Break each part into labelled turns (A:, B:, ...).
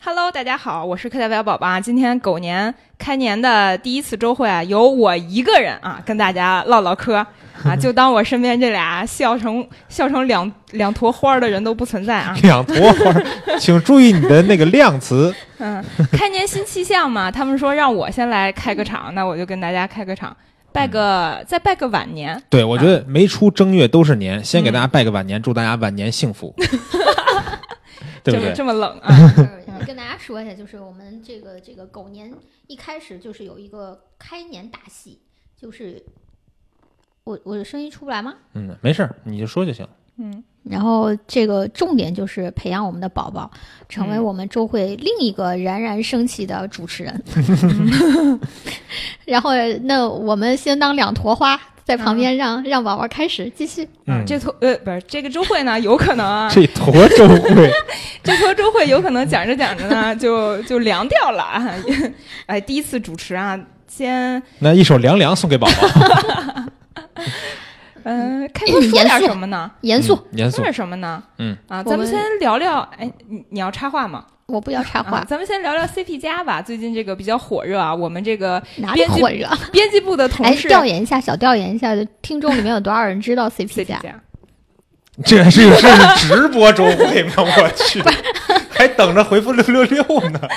A: Hello，大家好，我是科技小宝宝啊。今天狗年开年的第一次周会啊，由我一个人啊跟大家唠唠嗑 啊，就当我身边这俩笑成笑成两两坨花儿的人都不存在 啊。
B: 两坨花儿，请注意你的那个量词。
A: 嗯，开年新气象嘛，他们说让我先来开个
B: 嗯
A: 场，那我就跟大家开个场，拜个再拜个晚年。
B: 对，我觉得没出正月都是年，先给
A: 嗯
B: 大家拜个晚年，祝大家晚年幸 福，
A: 这
B: 对不
A: 么
B: 对？
A: 这么冷啊？
C: 就是跟大家说一下，就是我们这个这个狗年一开始就是有一个开年大戏，就是我我的声音出不来吗？
B: 嗯，没事儿，你就说就行。
A: 嗯，
C: 然后这个重点就是培养我们的宝宝，成为
A: 嗯
C: 我们周会另一个冉冉升起的主持人。 然后那我们先当两坨花在旁边
A: 嗯
C: 让，让、宝宝开始继续。
A: 啊
B: 嗯，
A: 这坨呃不是这个周会呢，有可能啊，
B: 这坨周会，
A: 这说周会有可能讲着讲着呢，就就凉掉了啊！哎，第一次主持啊，先
B: 那一首《凉凉》送给宝宝，
A: 嗯、呃，开头说点什么呢？
C: 严肃，
B: 嗯严 肃
A: 说，点什么呢？
B: 嗯
A: 啊，
C: 我
A: 咱们
C: 们
A: 先聊聊。哎，你你要插话吗？
C: 我不要插话，
A: 啊，咱们先聊聊 CP 加吧。最近这个比较火热啊，我们这个
C: 哪里
A: 编辑
C: 火热？
A: 编辑部的同
C: 哎，
A: 事、
C: 调研一下，小调研一下，听众里面有多少人 知道 CP
A: CP
C: 加？
A: 加，
B: 这是是直播周会吗？我 去，还等着回复六六六呢。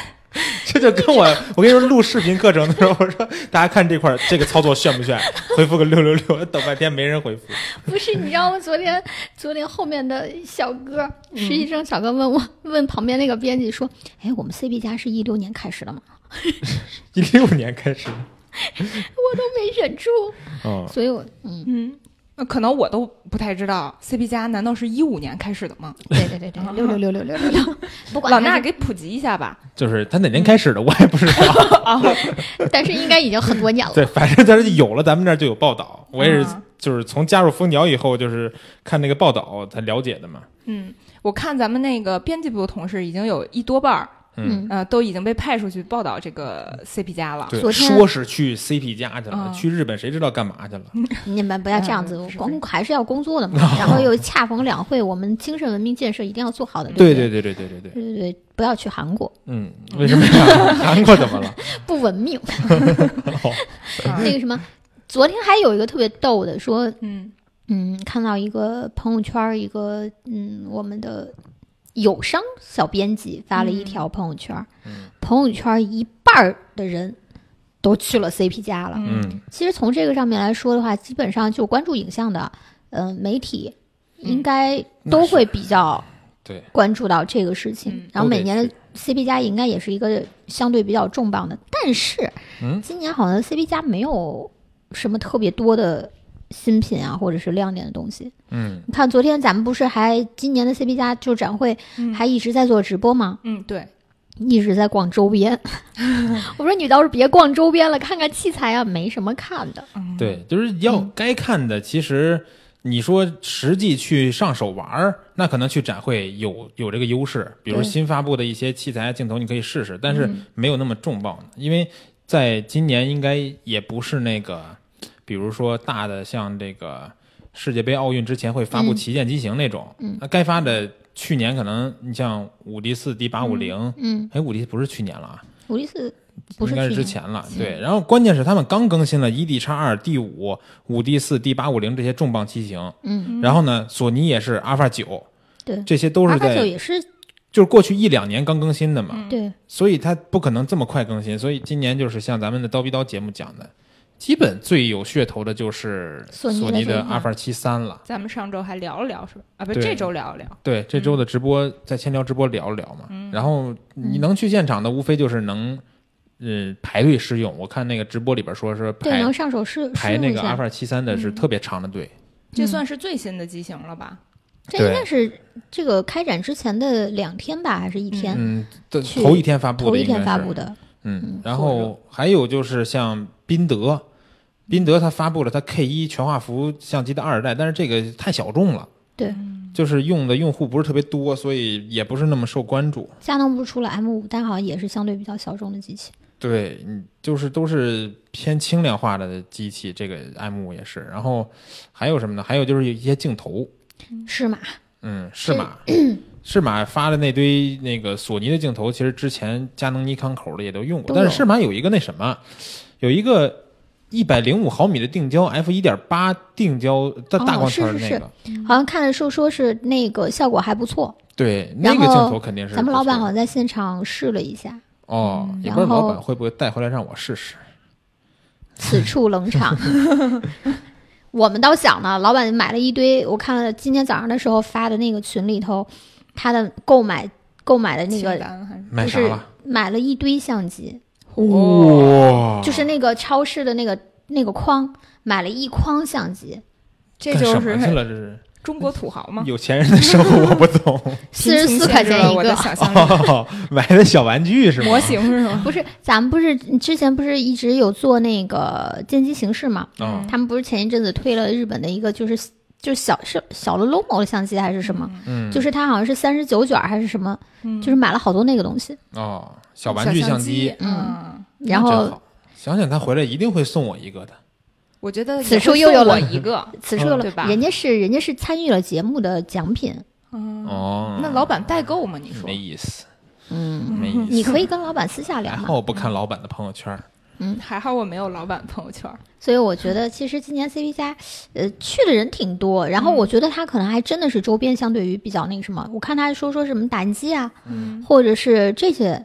B: 这就跟我，我跟你说，录视频课程的时候，我说大家看这块儿这个操作炫不炫？回复个六六六，等半天没人回复。
C: 不是，你知道吗？昨天，昨天后面的小哥，
A: 嗯
C: 实习生小哥问我，问旁边那个编辑说：“哎，我们 CP 加是一六年开始的吗
B: 一六年开始，？”
C: 我都没忍住，
B: 嗯，
C: 所以我嗯，
A: 嗯。那可能我都不太知道，CP 加难道是一五年开始的吗？
C: 对对对 对，六六六六六六六， 不管
A: 老
C: 它
A: 衲
C: 是，
A: 给普及一下吧。
B: 就是他哪年开始的，我也不知道。
A: 啊，
C: 但是应该已经很多年了。
B: 对，反正咱是有了，咱们这儿就有报道。我也是
A: 啊，
B: 就是从加入蜂鸟以后，就是看那个报道才了解的嘛。
A: 嗯，我看咱们那个编辑部同事已经有一多半儿
C: 嗯，
A: 呃，都已经被派出去报道这个 CP 加了。
B: 对
C: 昨，天
B: 说是去 CP 家去了，
A: 啊嗯
B: 去日本谁知道干嘛去了？
C: 你们不要这样子
A: 嗯是，
C: 光还是要工作 的嘛。然后又恰逢两会，我们精神文明建设一定要做好的，
B: 对
C: 不对
B: 对对对对对对，
C: 对对对，不要去韩 国，
B: 嗯，为什么呀？韩国怎么了？
C: 不文明。
B: 哦
A: 啊
C: 那个什么，昨天还有一个特别逗的说。
A: 嗯
C: 嗯，看到一个朋友圈儿，一个嗯，我们的友商小编辑发了一条朋友圈儿，
B: 嗯
C: 朋友圈儿一半儿的人都去了 CP 加了。
B: 嗯
C: 其实从这个上面来说的话，基本上就关注影像的，嗯、媒体
A: 嗯
C: 应该都会比较
B: 对
C: 关注到这个事情。
A: 嗯
C: 然
B: 都
C: 后
B: 得
C: 每年的
B: 去
C: CP 加应该也是一个相对比较重磅的，但是、
B: 嗯
C: 今年好像 CP 加没有什么特别多的新品啊，或者是亮点的东西。
B: 嗯，
C: 你看，昨天咱们不是还今年的 CP 加就展会
A: 嗯
C: 还一直在做直播吗？
A: 嗯，对，
C: 一直在逛 周边。我说你倒是别逛周边了，看看器材啊，没什么看的。
A: 嗯，
B: 对，就是要
C: 嗯
B: 该看的，其实你说实际去上手玩儿，那可能去展会有有这个优势，比如
C: 对嗯
B: 新发布的一些器材镜头，你可以试试，但是没有那么重磅的，因为在今年应该也不是那个，比如说大的像这个世界杯、奥运之前会发布
C: 嗯
B: 旗舰机型那种，
C: 嗯
B: 那该发的去年可能你像五 D 四、D 八五零。
C: 嗯，
B: 哎，五 D 不是去年了啊，
C: 五力四不
B: 应
C: 是
B: 该
C: 去
B: 是之
C: 年
B: 前了。
C: 嗯
B: 对，然后关键是他们刚更新了一 D 叉二、D 五、五 D 四、D 八五零这些重磅机型，
C: 嗯，
B: 然后呢，索尼也是阿尔法九，
C: 对
B: 这些都是
C: 阿尔法九
B: 在
C: 也是
B: 就是过去一两年刚更新的嘛，
A: 嗯
C: 对，
B: 所以它不可能这么快更新。所以今年就是像咱们的刀逼刀节目讲的，基本最有噱头的就是
C: 索尼的
B: 索尼
C: 这
B: 的
C: 一款
B: 阿尔法七三了。
A: 咱们上周还聊了聊，是吧？啊，不，
B: 对
A: 这周聊了聊。
B: 对，
C: 嗯
B: 这周的直播在千聊直播聊了聊嘛，然后你能去现场的，无非就是能。呃，排队试用，我看那个直播里边说是
C: 对，
B: 排
C: 能上手试试
B: 排
C: 用
B: 那
C: 一
B: 个阿尔
C: 下。嗯
B: 法七三的是特别长的队，
A: 这算是最新的机型了吧？
C: 这应该是这个开展之前的两天吧，还是一天？
B: 嗯，这
C: 去
B: 头一天发布
C: 头
B: 的，
C: 一
B: 应该
C: 天
B: 是，
C: 发布的，
B: 嗯
C: 嗯，
B: 然
C: 做
B: 后还有就是像宾得，宾得它发布了它 K 一全画幅相机的二代，但是这个太小众了，
C: 对，
B: 就是用的用户不是特别多，所以也不是那么受关注。
C: 佳能不是出了 M 五，但好像也是相对比较小众的机器。
B: 对，嗯，就是都是偏轻量化的机器，这个 M 五也是。然后还有什么呢？还有就是一些镜头，
C: 适马
B: 嗯，适
C: 这
B: 马，适马发的那堆那个索尼的镜头，其实之前佳能、尼康口的也都用过，
A: 都
B: 但是
A: 有
B: 适马有一个那什么，有一个一百零五毫米的定焦 f 一点八定焦的大
C: 哦
B: 光
C: 是
B: 圈儿的
C: 是
B: 那
C: 是
B: 个，
C: 好像看的时候说是那个效果还不错，
B: 对，那
C: 然
B: 个镜
C: 后
B: 头肯定是
C: 咱
B: 不
C: 们老板
B: 错
C: 好
B: 的
C: 像在现场试了一下，
B: 哦，
A: 嗯
B: 也
C: 然
B: 不知道老
C: 后
B: 板会不会带回来让我试试。
C: 此处冷场。 我们倒想呢，老板买了一堆，我看了今天早上的时候发的那个群里头，他的购买购买的那
A: 清
C: 个
A: 单还是
B: 买
C: 就
B: 啥
C: 是
B: 了？
C: 买了一堆相机，
A: 哦，
C: 就是那个超市的那个那个筐，买了一筐相机，
A: 这
B: 干
A: 就
B: 什么去
A: 是
B: 了？这是
A: 中国土豪嘛，
B: 有钱人的生活，我不 懂。
C: 四十
A: 贫
C: 四
A: 穷
C: 块
A: 限制
C: 钱
A: 了
C: 一
A: 我的
C: 个。
A: 想 象力，
C: 嗯
B: 哦，买的小玩具是吗？
A: 模型是吗？
C: 不是，咱们不是之前不是一直有做那个《剑姬形式》嘛？
B: 嗯
C: 他们不是前一阵子推了日本的一个，就是就是小是小的 Lomo 的相机还是什么？
B: 嗯，
C: 就是它好像是三十九卷还是什么，
A: 嗯？
C: 就是买了好多那个东西。
B: 哦，小玩具相机，
A: 嗯，
C: 然
B: 真
C: 后
B: 好。想想他回来一定会送我一个的。
A: 我觉得也
C: 此处
A: 会
C: 又
A: 送
C: 有
A: 我
C: 了
A: 一 个，
C: 此处有
A: 嗯
C: 了
A: 对吧
C: 人家是人家是参与了节目的奖品，
A: 嗯，
B: 哦，
A: 那老板代购吗？你说
B: 没意思，
C: 嗯，
B: 没意思。
C: 你可以跟老板私下聊
B: 还
C: 嘛
B: 好。我不看老板的朋友圈儿。
A: 还好我没有老板朋友圈，
C: 所以我 觉得，其实今年 CP 加，呃，去的人挺多。然后
B: 嗯
C: 我觉得他可能还真的是周边相对于比较那个什么，我看他说说什么打印机啊，
A: 嗯，
C: 或者是这些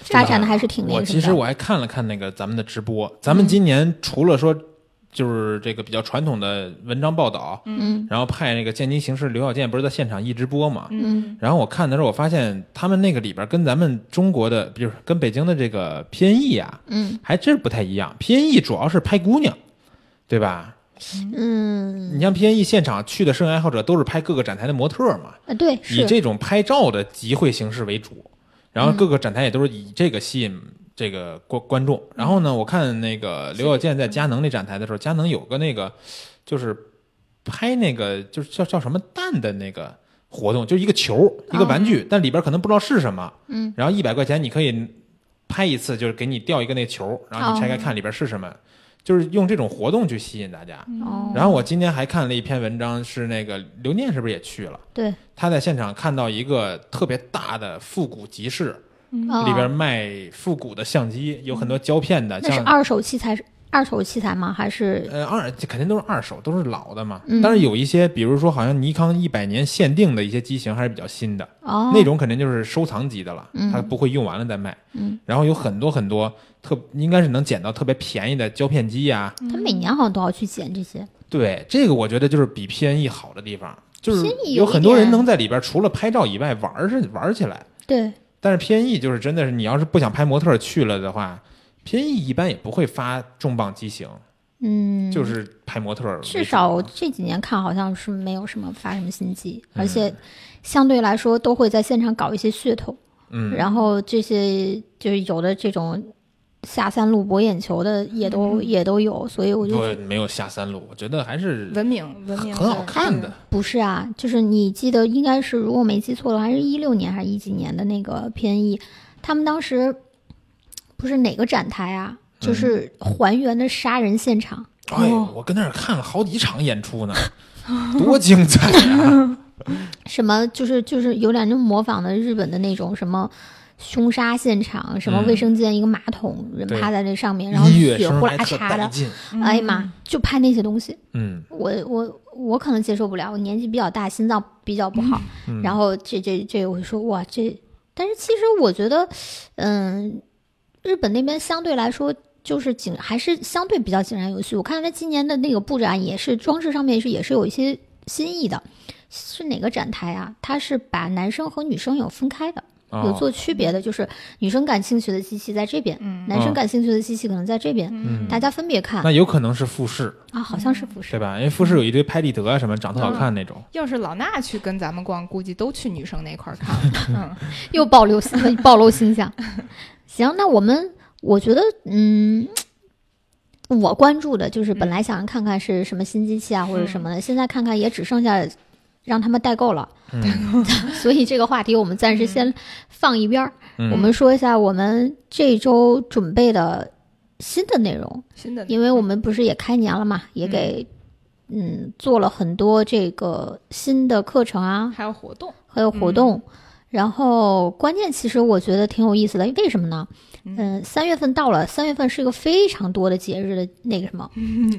C: 发展的还是挺那
B: 我
C: 个什
B: 其
C: 么
B: 实
C: 的。
B: 我还看了看那个咱们的直播，咱们今年除了说就是这个比较传统的文章报道，
C: 嗯
B: 然后派那个见机行事刘小健不是在现场一直播嘛，
A: 嗯，
B: 然后我看的时候，我发现他们那个里边跟咱们中国的，就是跟北京的这个偏艺啊，
C: 嗯
B: 还真不太一样。偏艺主要是拍姑娘，对吧？
C: 嗯，
B: 你像偏艺现场去的摄影爱好者都是拍各个展台的模特嘛，
C: 啊对，
B: 以
C: 是
B: 这种拍照的集会形式为主，然后
C: 嗯
B: 各个展台也都是以这个吸引这个观观众。然后
C: 嗯
B: 呢，我看那个刘小健在佳能那展台的时候，佳能有个那个就是拍那个就是叫叫什么蛋的那个活动，就是一个球一个玩具，但里边可能不知道是什么，
C: 哦嗯，
B: 然后一百块钱你可以拍一次，就是给你掉一个那球，然
C: 哦
B: 后你拆开看里边是什么，就是用这种活动去吸引大家。
A: 嗯
C: 哦
B: 然后我今天还看了一篇文章，是那个刘念是不是也去了？
C: 对，
B: 他在现场看到一个特别大的复古集市，
A: 嗯
C: 哦
B: 里边卖复古的相机，有很多胶片的，
C: 那是
B: 像
C: 二手器材，二手器材吗？还是
B: 呃二这肯定都是二手，都是老的嘛。
C: 嗯
B: 但是有一些，比如说好像尼康一百年限定的一些机型还是比较新的，
C: 哦
B: 呃那种肯定就是收藏级的了，
C: 嗯
B: 它不会用完了再卖。
C: 嗯
B: 然后有很多很多特应该是能捡到特别便宜的胶片机呀、
C: 他每年好像都要去捡这些，
B: 对，这个我觉得就是比 PNE 好的地方，就是
C: 偏逸有
B: 有
C: 一
B: 很多人
C: 点
B: 能在里边除了拍照以外玩儿是玩儿起来。
C: 对，
B: 但是 PNE 就是真的是，你要是不想拍模特儿去了的话，PNE 一般也不会发重磅机型，
C: 嗯，
B: 就是拍模特儿为主。
C: 至少这几年看好像是没有什么发什么新机，
B: 嗯
C: 而且相对来说都会在现场搞一些噱头，
B: 嗯，
C: 然后这些就是有的这种下三路博眼球的也都、
B: 嗯
C: 也都有，所以我就
B: 不没有下三路，我觉得还是
A: 文明文明
B: 很好看的。。
C: 不是啊，就是你记得应该是，如果没记错的话，还是一六年还是一几年的那个 PNE，他们当时不是哪个展台啊，就是
B: 嗯
C: 还原的杀人现场。
B: 哎呦，
C: 哦
B: 我跟那儿看了好几场演出 呢，多精彩啊！
C: 什么就是就是有点那种模仿的日本的那种什么凶杀现场，什么
B: 嗯
C: 卫生间一个马桶，人
B: 对
C: 趴在那上 面，然后
B: 音乐
C: 血
B: 声
C: 呼啦
B: 还特
C: 嚓
B: 带
C: 的，
B: 劲，
C: 哎呀妈，就拍那些东西，
B: 嗯，
C: 我我我可能接受不了，我年纪比较大，心脏比较不好，
B: 嗯
C: 然后这这这我就说哇这，但是其实我觉得，嗯，日本那边相对来说。就是井还是相对比较井然有序，我看他今年的那个布展也是装饰上面是也是有一些新意的，是哪个展台啊？它是把男生和女生有分开的，有
B: 哦
C: 做区别的，就是女生感兴趣的机器在这边，
A: 嗯
C: 男
B: 哦
C: 生感兴趣的机器可能在这边，
B: 嗯
C: 大家分别看
B: 那有可能是复试，
C: 啊，好像是不是
B: 对？吧？因为复试有一堆拍立得啊什么，长得好
A: 嗯
B: 看那种。
A: 要是老衲去跟咱们逛，估计都去女生那块儿看。 嗯，
C: 又暴露暴露形象。行，那我们我觉得，嗯，我关注的就是本来想看看是什么新机器啊、或者什么的，现在看看也只剩下让他们代购了，
B: 嗯
C: 所以这个话题我们暂时先放一边儿。
B: 嗯，
C: 我们说一下我们这周准备的新的内容，
A: 新的，
C: 因为我们不是也开年了嘛，也给嗯做了很多这个新的课程啊，
A: 还有活动，
C: 还有活
A: 嗯
C: 动。然后关键其实我觉得挺有意思的，为什么呢？
A: 嗯
C: 嗯，三月份到了，三月份是一个非常多的节日的那个 什么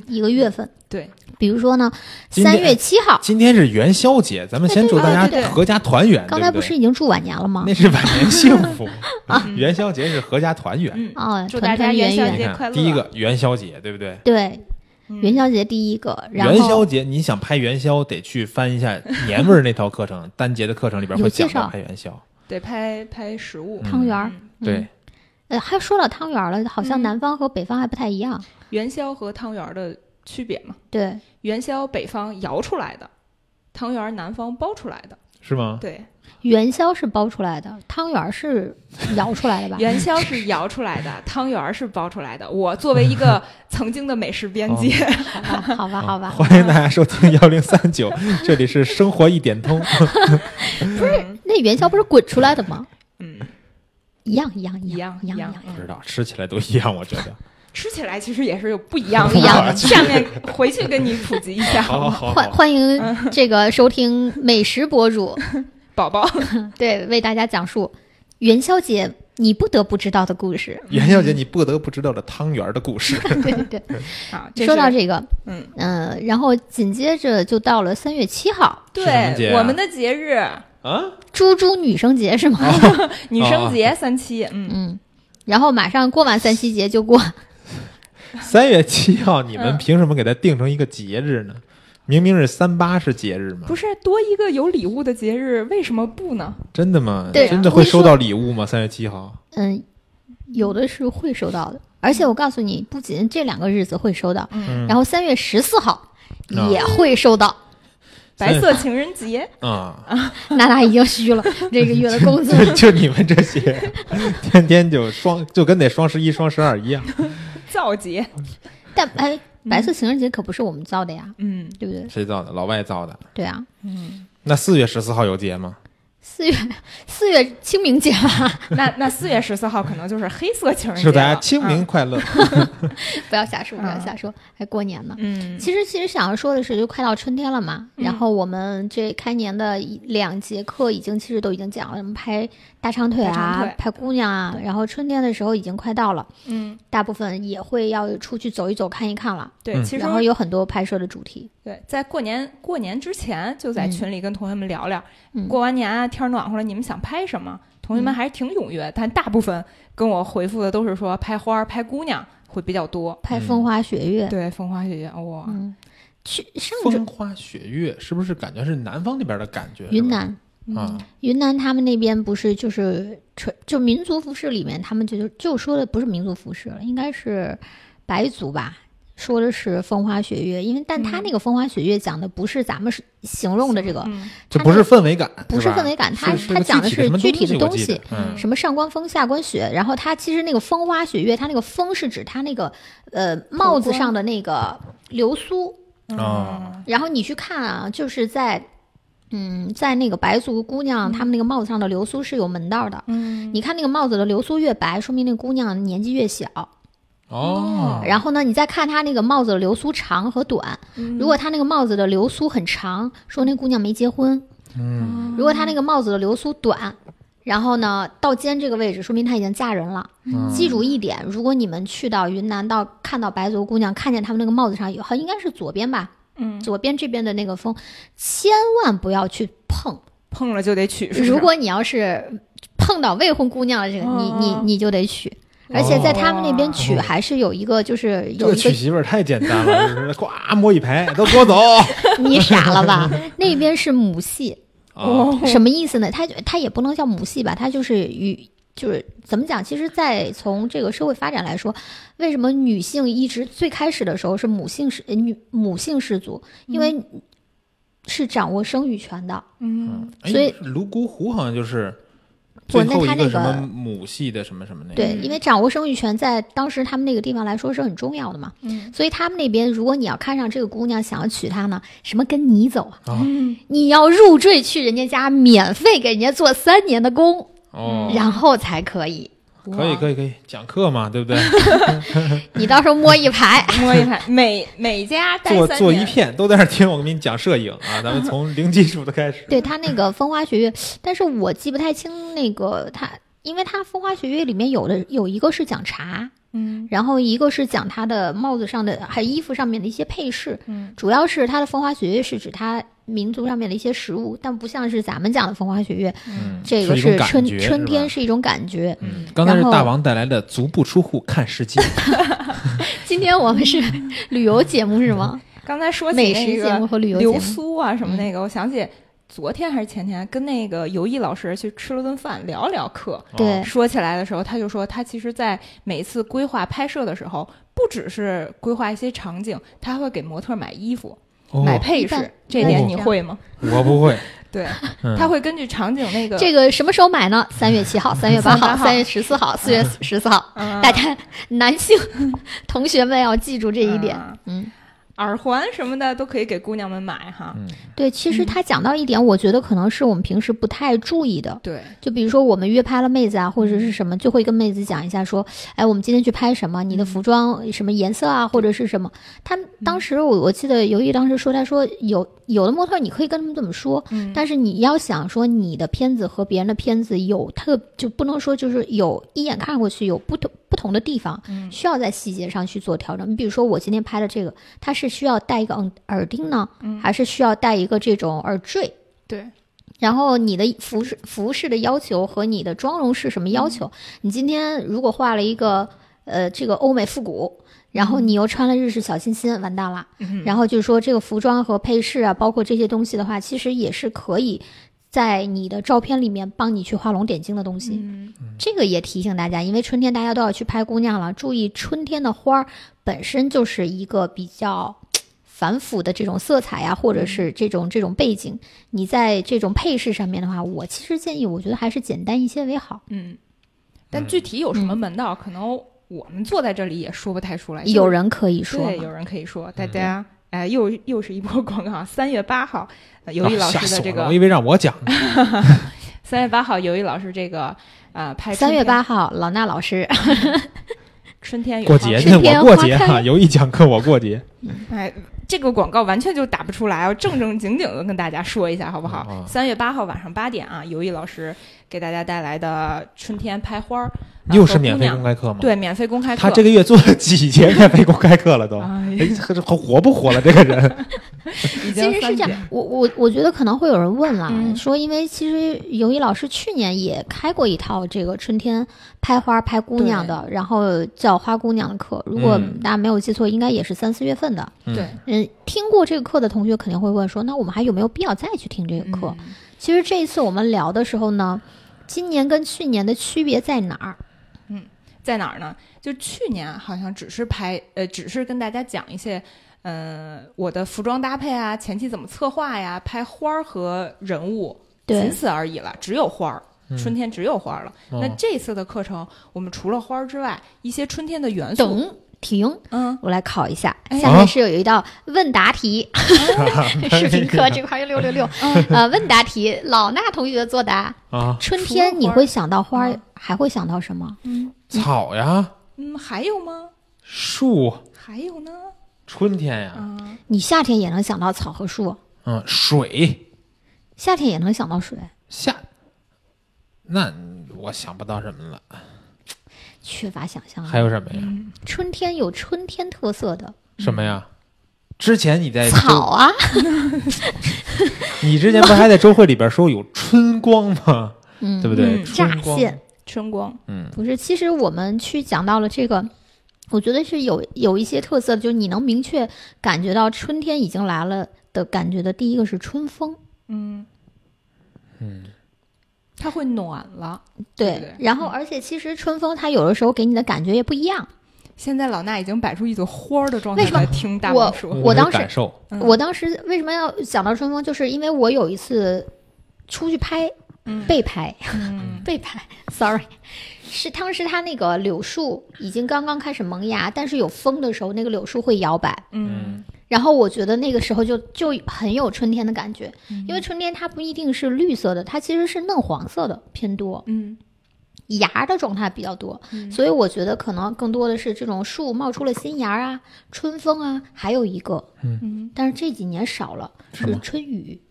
C: 一个月份，
A: 对，
C: 比如说呢，
B: 今天
C: 三月七号，
B: 今天是元宵节，咱们先祝大
A: 哎对
B: 家
A: 对
B: 阖家团圆。
C: 刚
B: 对
C: 才
B: 不
C: 不
B: 对
C: 是已经祝晚年了吗？
B: 那是晚年 幸福
A: 啊
B: 元宵节是阖家团圆。
A: 嗯，
C: 啊，
A: 祝
C: 团
A: 大家
C: 团
A: 元
C: 圆
A: 宵
C: 圆
A: 节
B: 你
A: 快
B: 看，
A: 乐
B: 第一个元宵节，对不对？
C: 对
A: 嗯
C: 元宵节第一个，然
B: 元宵
C: 后
B: 节，你想拍元宵，得去翻一下年味儿那套课程，单节的课程里边会
C: 有介
B: 讲到
C: 绍
B: 拍元宵。
A: 得拍拍食物，
B: 嗯
C: 汤圆儿，
A: 嗯，
B: 对，
C: 呃，还说到汤圆儿了，好像
A: 嗯
C: 南方和北方还不太一样。
A: 元宵和汤圆儿的区别嘛，
C: 对，
A: 元宵北方摇出来的，汤圆儿南方包出来的，
B: 是吗？
A: 对，？
C: 元宵是包出来的，汤圆儿是摇出来的吧
A: 元宵是摇出来的， 汤圆儿是包出来的。我作为一
B: 嗯
A: 个曾经的美食编辑，
B: 哦
C: 好吧，啊好吧，好吧。
B: 欢迎大家收听幺零三九， 这里是生活一点通。
A: 不是，
C: 那元宵不是滚出来的吗？
A: 嗯，
C: 一样，一样，
A: 一
C: 样
A: 样，
C: 一
A: 一
C: 样
A: 样，，
B: 不知
A: 嗯
B: 道吃起来都一样，我觉得。
A: 吃起来其实也是有不一样 的。
C: 不一样的
A: 下面回去跟你普及一下，
B: 好好好
C: 欢
B: 好，
C: 欢迎这个收听美食 博主，
A: 宝宝。
C: 对，为大家讲述元宵节你不得不知道的 故事。
B: 元宵节你不得不知道的汤圆儿的故事。
C: 对对
A: 好，
C: 对，
A: 啊这
C: 说到
A: 是，
C: 这个，
A: 嗯，
C: 嗯，然后紧接着就到了三月七号，
B: 是什么节
A: 对，
B: 啊
A: 我们的节日
B: 啊，
C: 猪猪女生节是吗？
B: 哦
A: 女生节三七，嗯，
C: 嗯，然后马上过完三七节就过，
B: 哦三月七号，你们
A: 嗯
B: 凭什么给它定成一个节日呢？明明是三八是节日嘛
A: 不，是多一个有礼物的节日，为什么不呢？
B: 真的吗？
C: 对
B: 真的
C: 我
B: 会
C: 跟你说
B: 收到礼物吗？三月七号，
C: 嗯，有的是会收到的，而且我告诉你，不仅这两个日子会收到，
B: 嗯
C: 然后三月十四号
B: 啊
C: 也会收到。
A: 白色情人节，
B: 啊，
C: 娜娜已经虚 了这个月的工作。
B: 就 就你们这些， 天天就双就跟那双十一、双十二一样。
A: 造节，
C: 但哎，白色情人节可不是我们造的呀，
A: 嗯
C: 对不对？
B: 谁造的？老外造的。
C: 对啊，
A: 嗯，
B: 那四月十四号有节吗？
C: 四月 四月清明节吧，
A: 那那四月十四号可能就是黑色情人节
B: 是
A: 了，
B: 大家清明快乐。
C: 嗯不要瞎说，不要
A: 啊
C: 瞎说，还过年呢。
A: 嗯，嗯，
C: 其实，其实想要说的是，就快到春天了嘛。
A: 嗯
C: 然后我们这开年的一两节课已经其实都已经讲了，什么拍大长腿
A: 大长
C: 啊，
A: 腿
C: 拍姑娘啊。然后春天的时候已经快到了，
A: 嗯，
C: 大部分也会要出去走一走、看一看了。
A: 对，
B: 嗯
A: 其实
C: 然后有很多拍摄的主题，
A: 对，在过年过年之前，就在
C: 嗯
A: 群里跟同学们聊聊，
C: 嗯
A: 过完年啊，天儿暖和了，你们想拍什么？同学们
C: 嗯
A: 还是挺踊跃，但大部分跟我回复的都是说拍花儿、拍姑娘会比较多。
C: 拍
B: 嗯
C: 风花雪月。
A: 对，风花雪月，哇，
C: 嗯，去上周
B: 风花雪月是不是感觉是南方那边的感觉？
C: 云南，
A: 嗯
C: 嗯
B: 是吧啊，
C: 云南他们那边不是就是纯就民族服饰里面，他们就就说的不是民族服饰了，应该是白族吧。说的是风花雪月，因为但他
A: 嗯
C: 那个风花雪月讲的不是咱们是形容的这个，
A: 嗯
B: 这不是氛围感，
C: 不是
B: 是吧
C: 氛围感它
B: 是
C: 它讲的是具体
B: 体
C: 的
B: 的
C: 东
B: 我记
C: 西
B: 得嗯，
C: 什么上官风下官雪，然后他其实那个风花雪月，他那个风是指他那个呃帽
A: 头
C: 子
A: 冠
C: 上的那个流苏，
B: 啊
A: 嗯，
C: 然后你去看啊，就是在嗯在那个白族姑娘她们那个帽子上的流苏是有门道的，
A: 嗯，
C: 你看那个帽子的流苏越白，说明那姑娘年纪越小。
B: 哦，
C: 然后呢，你再看她那个帽子的流苏长和短，
A: 嗯
B: 嗯
C: 如果她那个帽子的流苏很长，说那姑娘没结婚；
B: 嗯，
C: 如果她那个帽子的流苏短，然后呢到肩这个位置，说明她已经嫁人了。
B: 嗯
C: 记住一点，如果你们去到云南到看到白族姑娘，看见她们那个帽子上有，好应该是左边吧，
A: 嗯
C: 左边这边的那个风，千万不要去碰。
A: 碰了就得取，是不是
C: 如果你要是碰到未婚姑娘的这个，你你
A: 哦
C: 你就得娶。而且在他们那边娶
B: 哦
C: 还是有一个，就是
B: 这
C: 有
B: 个
C: 一个
B: 娶媳妇儿太简单了，就是 呱摸一排，都给我走。
C: 你傻了吧？ 那边是母系，
B: 啊，
A: 嗯
C: 什么意思呢？它它也不能叫母系吧，它就是与就是怎么讲？其实，在从这个社会发展来说，为什么女性一直最开始的时候是母性氏呃女母性氏族？因为是掌握生育权的。
A: 嗯，
B: 哎
C: 所以
B: 泸沽湖好像就是
C: 不
B: 最
C: 那
B: 后
C: 他
B: 一
C: 那
B: 个什么
C: 个
B: 母系的什么什么那个，
C: 对，
A: 嗯
C: 因为掌握生育权在当时他们那个地方来说是很重要的嘛。
A: 嗯
C: 所以他们那边，如果你要看上这个姑娘，想要娶她呢，什么跟你走啊？
A: 嗯
C: 你要入赘去人家家，免费给人家做三年的工，
B: 哦，
C: 然后才可以。
A: 嗯
B: 可以可
C: 以，
B: 以可以，讲课嘛，对不对？
C: 你到时候摸 一排，
A: 摸一盘，每每家带
B: 做
A: 三
B: 做一
A: 年
B: 片，都在那儿听我给你讲摄影啊，咱们从零基础的开 始。
C: 对他那个风花雪月，但是我记不太清那个他，因为他风花雪月里面有的有一个是讲茶，
A: 嗯
C: 然后一个是讲他的帽子上的，还有衣服上面的一些配饰，
A: 嗯
C: 主要是他的风花雪月是指他民族上面的一些食物，但不像是咱们讲的风花雪月，
B: 嗯，
C: 这个
B: 是一种
C: 是
B: 感
C: 春
B: 觉
C: 春天
B: 是吧。
C: 是一种感觉。
B: 嗯，刚才是
C: 然后
B: 大王带来的“足不出户看世界
C: 今天我 们是旅游节目是吗？
A: 刚才说起
C: 美
A: 那
C: 食节目
A: 个
C: 和旅游节
A: 流
C: 目。
A: 苏啊什么
B: 嗯
A: 那个，我想起昨天还是前天跟那个尤毅老师去吃了顿饭，聊聊课。”，
C: 对
A: 说起来的时候，他就说他其实，在每次规划拍摄的时候，不只是规划一些场景，他还会给模特买衣服、
B: 哦，
A: 买
B: 哦
A: 配
C: 一
A: 饰
C: 般，
A: 这点
B: 哦
A: 你会吗？
B: 我不会，
A: 对，
B: 嗯
A: 他会根据场景那个
C: 这个什么时候买呢？三月七号、三月八号、嗯
A: 3
C: 三月十四号、四月十四号，
A: 嗯
C: 大家男性同学们要记住这一点。
A: 嗯
C: 嗯，
A: 耳环什么的都可以给姑娘们买哈。
B: 嗯
C: 对，其实他讲到一点，我觉得可能是我们平时不太注意的。
A: 对，
C: 就比如说我们约拍了妹子啊，或者是什么，就会跟妹子讲一下说，哎，我们今天去拍什么，你的服装什么颜色啊，或者是什么。他们当时我我记得尤毅当时说，他说有有的模特你可以跟他们这么说，
A: 嗯，
C: 但是你要想说你的片子和别人的片子有特，就不能说就是有一眼看过去有不同不同的地方，
A: 嗯
C: 需要在细节上去做调整。你比如说我今天拍的这个，它是需要戴一个耳耳钉呢，
A: 嗯
C: 还是需要戴一个这种耳坠？
A: 对，
C: 然后你的服饰服饰的要求和你的妆容是什么要求？你今天如果画了一个呃这个欧美复古，然后你又穿了日式小清新，完蛋啦。
A: 嗯
C: 然后就是说这个服装和配饰啊，包括这些东西的话，其实也是可以在你的照片里面帮你去画龙点睛的东西。
A: 嗯
C: 这个也提醒大家，因为春天大家都要去拍姑娘了，注意春天的花儿本身就是一个比较呃繁复的这种色彩呀、或者是这种这种背景。你在这种配饰上面的话，我其实建议，我觉得还是简单一些为好。
A: 嗯，但具体有什
C: 嗯
A: 么门道，可能我们坐在这里也说不太出来。就是
C: 有人可以说
A: 对，有
C: 嘛，
A: 人可以
B: 嗯
A: 说，大家哎，又又是一波广告啊！三月八号，呃 尤
B: 啊
A: 毅老
B: 吓
A: 师
B: 死
A: 的
B: 我
A: 这
B: 了
A: 个
B: 我以为让我讲呢。
A: 三月八号，尤毅老师这个呃拍
C: 三月
A: 春天
C: 八号，老衲老师，
A: 春天有
B: 过
A: 花
B: 节
C: 哎春天
B: 我过
C: 花
B: 节
C: 开
B: 哈，有一讲课我过节。
A: 哎，这个广告完全就打不出来，我正正经经的跟大家说一下，好不
B: 嗯
A: 好
B: 啊？
A: 三、月八号晚上八点啊，尤毅老师给大家带来的春天拍花儿，啊
B: 又是
A: 和
B: 免
A: 姑
B: 费
A: 娘
B: 公开课吗？，
A: 对免费公开课。
B: 哦他这个月做了几节免费公开课了都，哎，
A: 哎，
B: 这活不活了这个人？
A: 已
C: 其
A: 经
C: 实是
A: 三
C: 这
A: 点
C: 样，我我我觉得可能会有人问啦，
A: 嗯
C: 说因为其实尤一老师去年也开过一套这个春天拍花拍姑娘的，然后叫花姑娘的课，如果
B: 嗯
C: 大家没有记错，应该也是三四月份的。
A: 对
C: 嗯，听过这个课的同学肯定会问说，那我们还有没有必要再去听这个课？
A: 嗯
C: 其实这一次我们聊的时候呢，今年跟去年的区别在哪儿？
A: 在哪儿呢？就去年啊好像只是拍，呃，只是跟大家讲一些，呃，我的服装搭配啊，前期怎么策划呀，拍花儿和人物，仅
C: 对，
A: 此而已了，只有花儿。
B: 嗯
A: 春天只有花儿了。
B: 哦
A: 那这次的课程，我们除了花儿之外，一些春天的元素，
C: 等停，
A: 嗯，
C: 我来考一下，
A: 哎
C: 下面是有一道问答题，
B: 啊
C: 视频课这块儿六六六，
B: 嗯
C: 呃，问答题，老衲同学作答。
B: 啊，
C: 春
A: 除了
C: 天你
A: 花儿
C: 会想到花儿
A: 嗯，
C: 还会想到什么？
A: 嗯
B: 草呀，
A: 嗯，还有吗？
B: 树，
A: 还有呢？
B: 春天呀，
A: 啊，
C: 你夏天也能想到草和树，
B: 嗯，水，
C: 夏天也能想到水。
B: 夏，那我想不到什么了，
C: 缺乏想象
B: 还
C: 力。
B: 有什么呀？
A: 嗯，
C: 春天有春天特色的
B: 什么呀？之前你在周
C: 草啊，
B: 你之前不还在周会里边说有春光吗？
C: 嗯，
B: 对不对？
A: 嗯
B: 春光
C: 乍现，
A: 春光，
B: 嗯
C: 不是，其实我们去讲到了这个，我觉得是有有一些特色，就是你能明确感觉到春天已经来了的感觉的。第一个是春风，
A: 嗯，
B: 嗯，
A: 它会暖了。对对
C: 然后
A: 嗯
C: 而且其实春风它有的时候给你的感觉也不一样。
A: 现在老衲已经摆出一朵花儿的状态
C: 为什么
A: 来听大王说，
C: 我当时
B: 感受，
A: 嗯
C: 我当时为什么要讲到春风，就是因为我有一次出去拍
A: 嗯
C: 被拍，
A: 嗯
C: 被拍，sorry，是当时它那个柳树已经刚刚开始萌芽，但是有风的时候，那个柳树会摇摆。
A: 嗯
C: 然后我觉得那个时候就就很有春天的感觉，
A: 嗯
C: 因为春天它不一定是绿色的，它其实是嫩黄色的偏多，
A: 嗯
C: 芽的状态比较多，
A: 嗯
C: 所以我觉得可能更多的是这种树冒出了新芽啊，春风啊，还有一个，
A: 嗯
C: 但是这几年少了，什么春雨。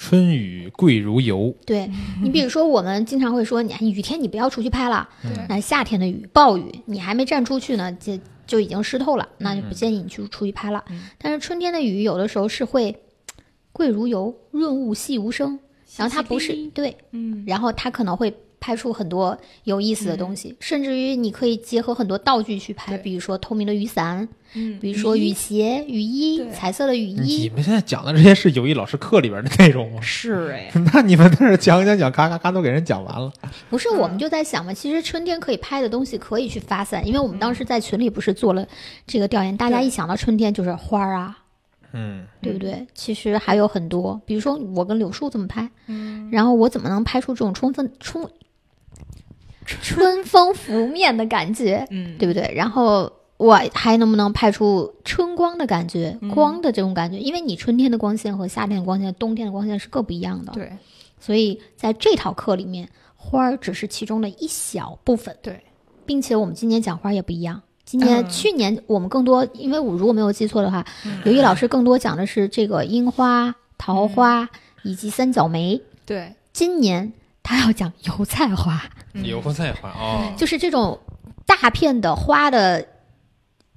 B: 春雨贵如油，
C: 对你，比如说，我们经常会说，你哎雨天你不要出去拍了。
A: 对
C: 那夏天的雨，暴雨，你还没站出去呢，就就已经湿透了，那就不建议你去出去拍了。
A: 嗯
C: 但是春天的雨，有的时候是会贵如油，润物细无声，然后它不是对，
A: 嗯
C: 然后它可能会拍出很多有意思的东西，甚至于你可以结合很多道具去拍，
A: 对
C: 比如说透明的雨伞，
A: 嗯，
C: 比如说雨
A: 雨
C: 鞋、雨衣、
A: 对？
C: 彩色的雨
B: 你
C: 衣。
B: 们现在讲的这些是友谊老师课里边的内容吗
A: 是哎，
B: 那你们在这讲讲讲，咔咔咔都给人讲完了。
C: 不是，我们
A: 嗯
C: 就在想嘛，其实春天可以拍的东西可以去发散，因为我们当时在群里不是做了这个调研，大家
A: 嗯对
C: 一想到春天就是花儿啊，
B: 嗯，
C: 对不对？其实还有很多，比如说我跟柳树怎么拍，
A: 嗯，
C: 然后我怎么能拍出这种充分 充春风拂面的感觉，
A: 嗯，
C: 对不对？然后我还能不能拍出春光的感觉
A: 嗯，
C: 光的这种感觉？因为你春天的光线和夏天的光线、冬天的光线是各不一样的，
A: 对
C: 所以在这套课里面，花儿只是其中的一小部分。
A: 对，
C: 并且我们今年讲花也不一样。今年、
A: 嗯
C: 去年我们更多，因为我如果没有记错的话，
A: 嗯
C: 刘毅老师更多讲的是这个樱花、桃花、
A: 嗯
C: 以及三角梅。
A: 对，
C: 今年他要讲油菜花，
A: 嗯
B: 油菜花哦，
C: 就是这种大片的花的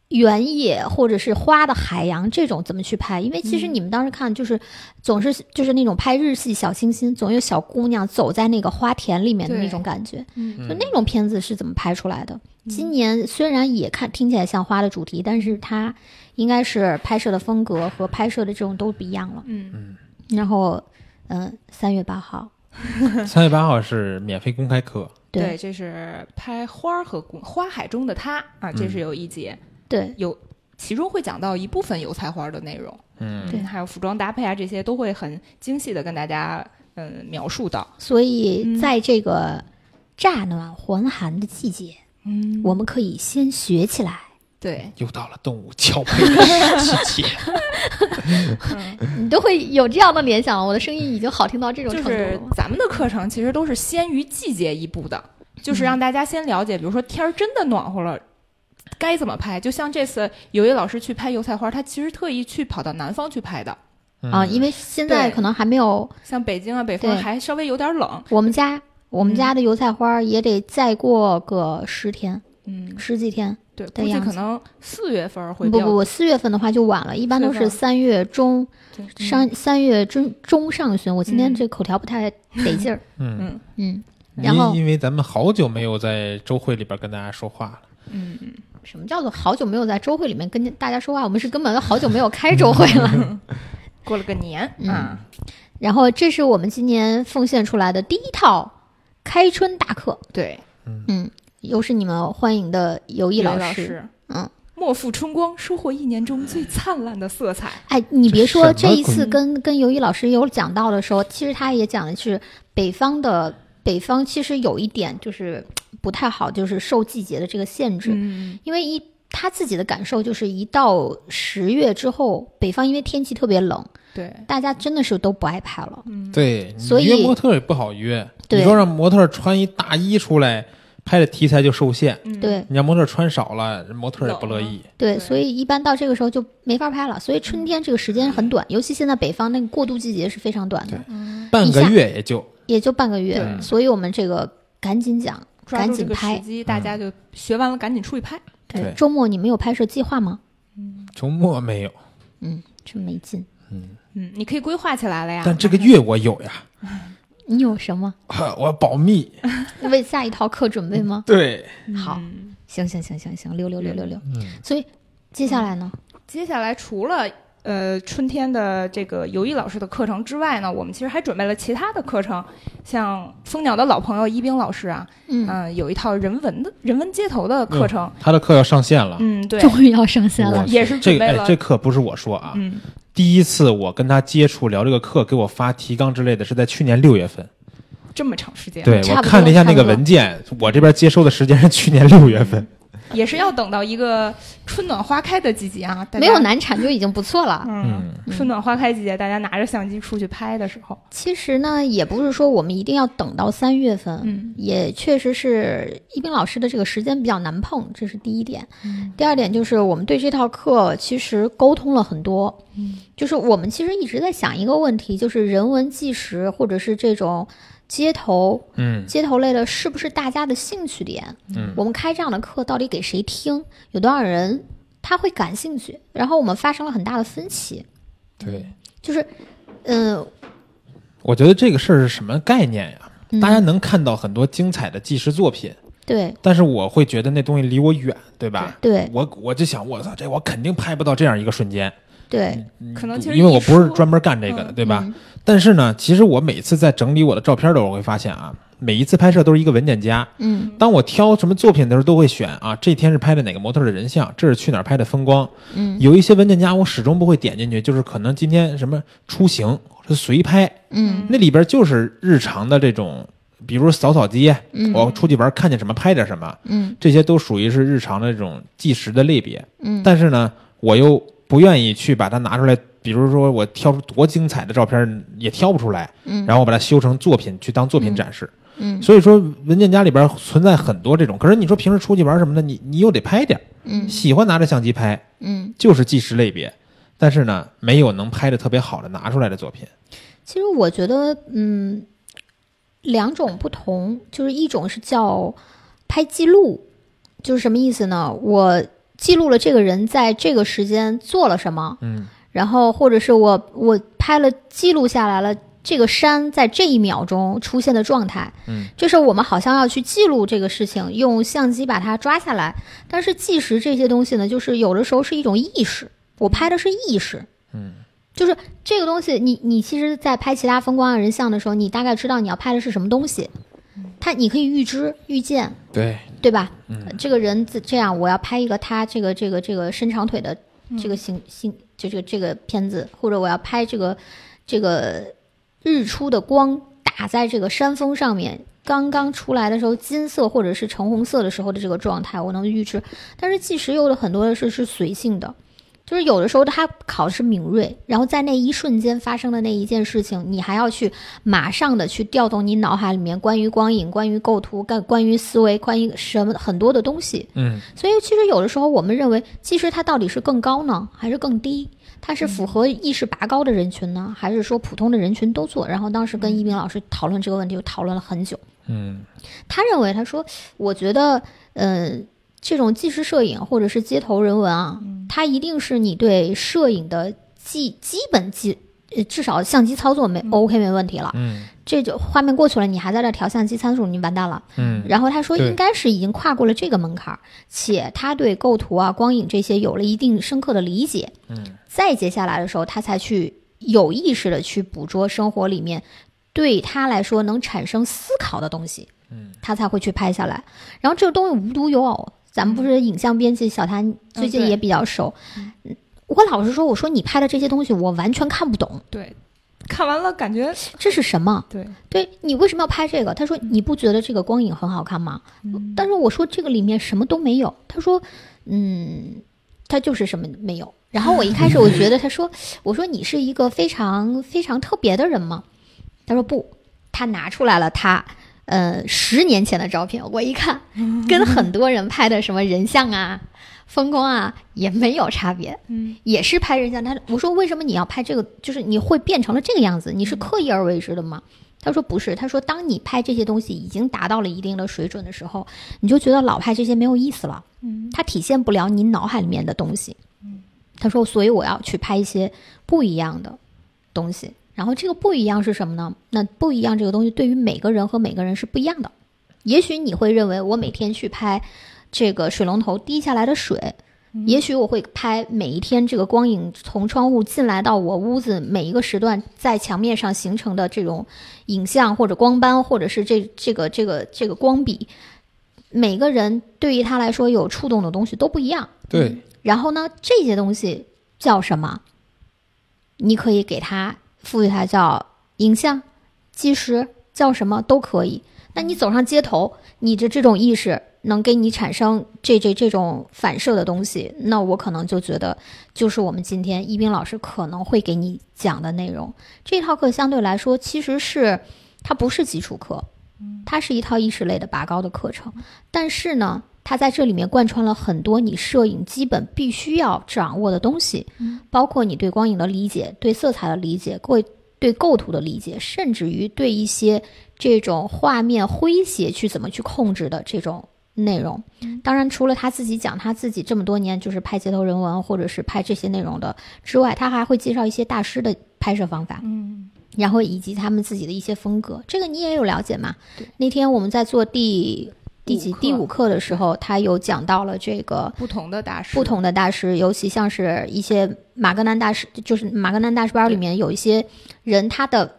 C: 原野或者是花的海洋，这种怎么去拍？因为其实
A: 嗯
C: 你们当时看，就是、总是就是那种拍日系小清新，总有小姑娘走在那个花田里面的
A: 对
C: 那种感觉，
A: 嗯
C: 就那种片子是怎么拍出来的？今年虽然也看听起来像花的主题，但是它应该是拍摄的风格和拍摄的这种都不一样了。
A: 嗯
C: 然后，嗯，三月八号，
B: 三月八号是免费公开课，
A: 对，这是拍花儿和故花海中的他啊，这是有一节
C: 对
A: 有。其中会讲到一部分油菜花的内容，
B: 嗯
C: 对
A: 还有服装搭配啊，这些都会很精细的跟大家嗯描述到。
C: 所以
A: 嗯
C: 在这个乍暖还寒的季节，
A: 嗯
C: 我们可以先学起来。
A: 对，
B: 又到了动物交配的 季节，
C: 你都会有这样的联想了，我的声音已经好听到这种
A: 嗯就
C: 程度了
A: 是
C: 吗。
A: 咱们的课程其实都是先于季节一步的，就是
C: 嗯
A: 让大家先了解，比如说天儿真的暖和了。该怎么拍？就像这次有一老师去拍油菜花，他其实特意去跑到南方去拍的，
C: 啊，
B: 嗯
C: 因为现在
A: 对
C: 可能还没有
A: 像北京啊、北方
C: 对
A: 还稍微有点冷。
C: 我们家，我们家的油菜花也得再过个十天、
A: 嗯，
C: 十几天。
A: 对，
C: 的
A: 估计
C: 样
A: 可
C: 子
A: 能四月份儿会
C: 不
A: 比
C: 不
A: 较
C: 不，四月份的话就晚了，一般都
A: 四
C: 是
A: 月份
C: 三月中
A: 对嗯
C: 上三月中中上旬。我今天
A: 嗯
C: 这口条不太得劲儿，
B: 嗯，
A: 嗯
C: 嗯，然后
B: 因因为咱们好久没有在周会里边跟大家说话了，
A: 嗯嗯
C: 什么叫做好久没有在周会里面跟大家说话？我们是根本好久没有开周会了。
A: 过了个年
C: 嗯
A: 啊，
C: 然后这是我们今年奉献出来的第一套开春大课，
A: 对，
C: 嗯，又是你们欢迎的尤毅
A: 一
C: 老
A: 老
C: 师。
A: 师，
C: 嗯，
A: 莫负春光，收获一年中最灿烂的色彩。
C: 哎，你别说，
B: 这什
C: 这
B: 么
C: 一次跟跟尤毅老师有讲到的时候，其实他也讲的是北方的北方，其实有一点就是不太好，就是受季节的这个限制，
A: 嗯
C: 因为一。他自己的感受就是，一到十月之后，北方因为天气特别冷，
A: 对，
C: 大家真的是都不爱拍了。
B: 对，
C: 所以
B: 你约模特也不好约，
C: 对
B: 你说让模特穿一大衣出来，拍的题材就受限，
A: 嗯，
C: 对
B: 你让模特穿少了，人模特也不乐意。
C: 对，
A: 对
C: 所以一般到这个时候就没法拍了。所以春天这个时间很短，尤其现在北方那个过渡季节是非常短的，
A: 嗯
B: 半个月也就
C: 也就半个月。
B: 对
C: 所以我们这个赶紧讲，
A: 抓
C: 赶
A: 住这
C: 紧
A: 个时
C: 拍。嗯
A: 机，大家就学完了赶紧出去拍。
B: 对
C: 周末你们有拍摄计划吗？
B: 周末没有，
C: 嗯，真没劲。
A: 嗯，你可以规划起来了呀。
B: 但这个月我有呀，
C: 你有什么
B: 我保密。
C: 为下一套课准备吗？
B: 对，
A: 嗯
C: 好，行行行行行，六六六六六。
B: 嗯，
C: 所以接下来呢？
A: 接下来除了呃春天的这个尤毅老师的课程之外呢，我们其实还准备了其他的课程，像蜂鸟的老朋友一冰老师啊，
C: 嗯，
A: 嗯、有一套人文的人文街头的课程，
B: 他的课要上线了。
A: 嗯，对，
C: 终于要上线了
B: 我。
A: 也 是准
B: 这个
A: 备
B: 哎，
A: 了
B: 这，课不是我说啊，
A: 嗯，
B: 第一次我跟他接触聊这个课，给我发提纲之类的是在去年六月份。
A: 这么长时间，
B: 对
C: 差
B: 我
C: 不多
B: 看了一下那
C: 差
B: 个
C: 不多
B: 文件，我这边接收的时间是去年六月份。
A: 也是要等到一个春暖花开的季节啊，大家
C: 没有难产就已经不错了。
A: 嗯，
B: 嗯，
A: 春暖花开季节，大家拿着相机出去拍的时候，
C: 其实呢，也不是说我们一定要等到三月份，
A: 嗯
C: 也确实是一冰老师的这个时间比较难碰，这是第一点。
A: 嗯
C: 第二点就是我们对这套课其实沟通了很多，
A: 嗯，
C: 就是我们其实一直在想一个问题，就是人文纪实或者是这种街头
B: 嗯
C: 街头类的，是不是大家的兴趣点？
B: 嗯
C: 我们开这样的课到底给谁听？有多少人他会感兴趣？然后我们发生了很大的分歧，
B: 对，
C: 就是，嗯
B: 我觉得这个事儿是什么概念呀？
C: 嗯，
B: 大家能看到很多精彩的纪实作品，
C: 对
B: 但是我会觉得那东西离我远，对吧？
C: 对
B: 我我就想，我操，这我肯定拍不到这样一个瞬间，
C: 对，
A: 可能其实
B: 嗯因为我不
A: 一
B: 是
A: 说
B: 专门干这个的，对吧？
C: 嗯？
B: 但是呢，其实我每次在整理我的照片的时候，我会发现啊，每一次拍摄都是一个文件夹。
C: 嗯
B: 当我挑什么作品的时候，都会选啊，这天是拍的哪个模特的人像，这是去哪儿拍的风光。
C: 嗯
B: 有一些文件夹我始终不会点进去，就是可能今天什么出行是随拍，
C: 嗯
B: 那里边就是日常的这种，比如扫扫街，
C: 嗯
B: 我出去玩看见什么拍点什么，
C: 嗯
B: 这些都属于是日常的这种纪实的类别。
C: 嗯，
B: 但是呢，我又不愿意去把它拿出来，比如说我挑出多精彩的照片也挑不出来，
C: 嗯
B: 然后我把它修成作品去当作品展示。
C: 嗯
B: 所以说，文件夹里边存在很多这种。可是你说平时出去玩什么的，你你又得拍点儿，
C: 嗯
B: 喜欢拿着相机拍，
C: 嗯，
B: 就是纪实类别。但是呢，没有能拍的特别好的拿出来的作品。
C: 其实我觉得，嗯，两种不同，就是一种是叫拍记录，就是什么意思呢？我记录了这个人在这个时间做了什么，
B: 嗯
C: 然后或者是我我拍了记录下来了。这个山在这一秒钟出现的状态，
B: 嗯，
C: 这是我们好像要去记录这个事情，用相机把它抓下来。但是纪实这些东西呢，就是有的时候是一种意识，我拍的是意识，
B: 嗯
C: 就是这个东西，你你其实，在拍其他风光啊人像的时候，你大概知道你要拍的是什么东西，它你可以预知、预见，
B: 对，
C: 对吧？
B: 嗯
C: 这个人这这样，我要拍一个他这个这个这个伸长腿的这个形形，就这个这个片子，或者我要拍这个这个日出的光打在这个山峰上面。刚刚出来的时候，金色或者是橙红色的时候的这个状态，我能预知。但是纪实有的很多的是是随性的，就是有的时候它考的是敏锐，然后在那一瞬间发生的那一件事情，你还要去马上的去调动你脑海里面关于光影、关于构图、关关于思维、关于什么很多的东西。
B: 嗯
C: 所以其实有的时候我们认为，其实它到底是更高呢，还是更低？它是符合意识拔高的人群呢，还是说普通的人群都做？然后当时跟一鸣老师讨论这个问题，就讨论了很久。
B: 嗯
C: 他认为，他说，我觉得，嗯、这种纪实摄影或者是街头人文啊，它一定是你对摄影的基基本基，呃至少相机操作没 OK 没问题了。
B: 嗯
C: 这就画面过去了，你还在这调相机参数，你完蛋了。
B: 嗯
C: 然后他说，
B: 对
C: 应该是已经跨过了这个门槛儿，且他对构图啊、光影这些有了一定深刻的理解。
B: 嗯
C: 再接下来的时候，他才去有意识的去捕捉生活里面对他来说能产生思考的东西。
B: 嗯，
C: 他才会去拍下来。然后这个东西无独有偶，咱们不是影像编辑小谭最近
A: 对
C: 也比较熟。嗯我老实说，我说你拍的这些东西我完全看不懂，
A: 对，看完了感觉
C: 这是什么？
A: 对，
C: 对你为什么要拍这个？他说你不觉得这个光影很好看吗？
A: 嗯
C: 但是我说这个里面什么都没有。他说，嗯，他就是什么没有。然后我一开始我觉得他说，我说你是一个非常非常特别的人吗？他说不，他拿出来了他呃十年前的照片，我一看 跟很多人拍的什么人像啊、风光啊也没有差别。
A: 嗯
C: 也是拍人像。他我说为什么你要拍这个？就是你会变成了这个样子，你是刻意而为之的吗？他说不是，他说当你拍这些东西已经达到了一定的水准的时候，你就觉得老拍这些没有意思了，
A: 嗯
C: 它体现不了你脑海里面的东西。他说，所以我要去拍一些不一样的东西。然后这个不一样是什么呢？那不一样这个东西对于每个人和每个人是不一样的。也许你会认为我每天去拍这个水龙头滴下来的水，
A: 嗯
C: 也许我会拍每一天这个光影从窗户进来到我屋子每一个时段在墙面上形成的这种影像或者光斑，或者是这这个这个这个光比，每个人对于他来说有触动的东西都不一样。
B: 对，
C: 然后呢，这些东西叫什么？你可以给它赋予它叫影像、纪实，叫什么都可以。那你走上街头，你的这种意识，能给你产生这这这种反射的东西，那我可能就觉得就是我们今天一斌老师可能会给你讲的内容。这套课相对来说其实是它不是基础课，它是一套意识类的拔高的课程，但是呢。它在这里面贯穿了很多你摄影基本必须要掌握的东西，
A: 嗯
C: 包括你对光影的理解、对色彩的理解、对对构图的理解，甚至于对一些这种画面诙谐去怎么去控制的这种内容。当然，除了他自己讲他自己这么多年就是拍街头人文或者是拍这些内容的之外，他还会介绍一些大师的拍摄方法。
A: 嗯，
C: 然后以及他们自己的一些风格，这个你也有了解吗？那天我们在做第第几
A: 五课
C: 第五课的时候，他有讲到了这个
A: 不同的大师，
C: 不同的大师，尤其像是一些马格南大师，就是马格南大师班里面有一些人，他的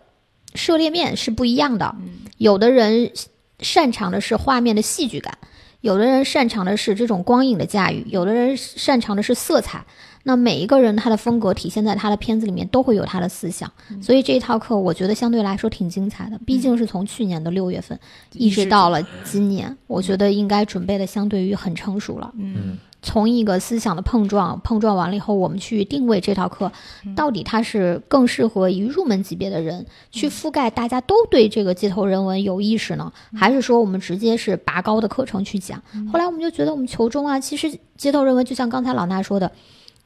C: 涉猎面是不一样的。
A: 嗯
C: 有的人擅长的是画面的戏剧感，有的人擅长的是这种光影的驾驭，有的人擅长的是色彩。那每一个人他的风格体现在他的片子里面，都会有他的思想。所以这一套课我觉得相对来说挺精彩的，毕竟是从去年的六月份嗯一直到了今年，我觉得应该准备的相对于很成熟了。
A: 嗯
C: 从一个思想的碰撞，碰撞完了以后，我们去定位这套课，到底它是更适合于入门级别的人去覆盖大家都对这个街头人文有意识呢，还是说我们直接是拔高的课程去讲？后来我们就觉得我们求中啊，其实街头人文就像刚才老衲说的，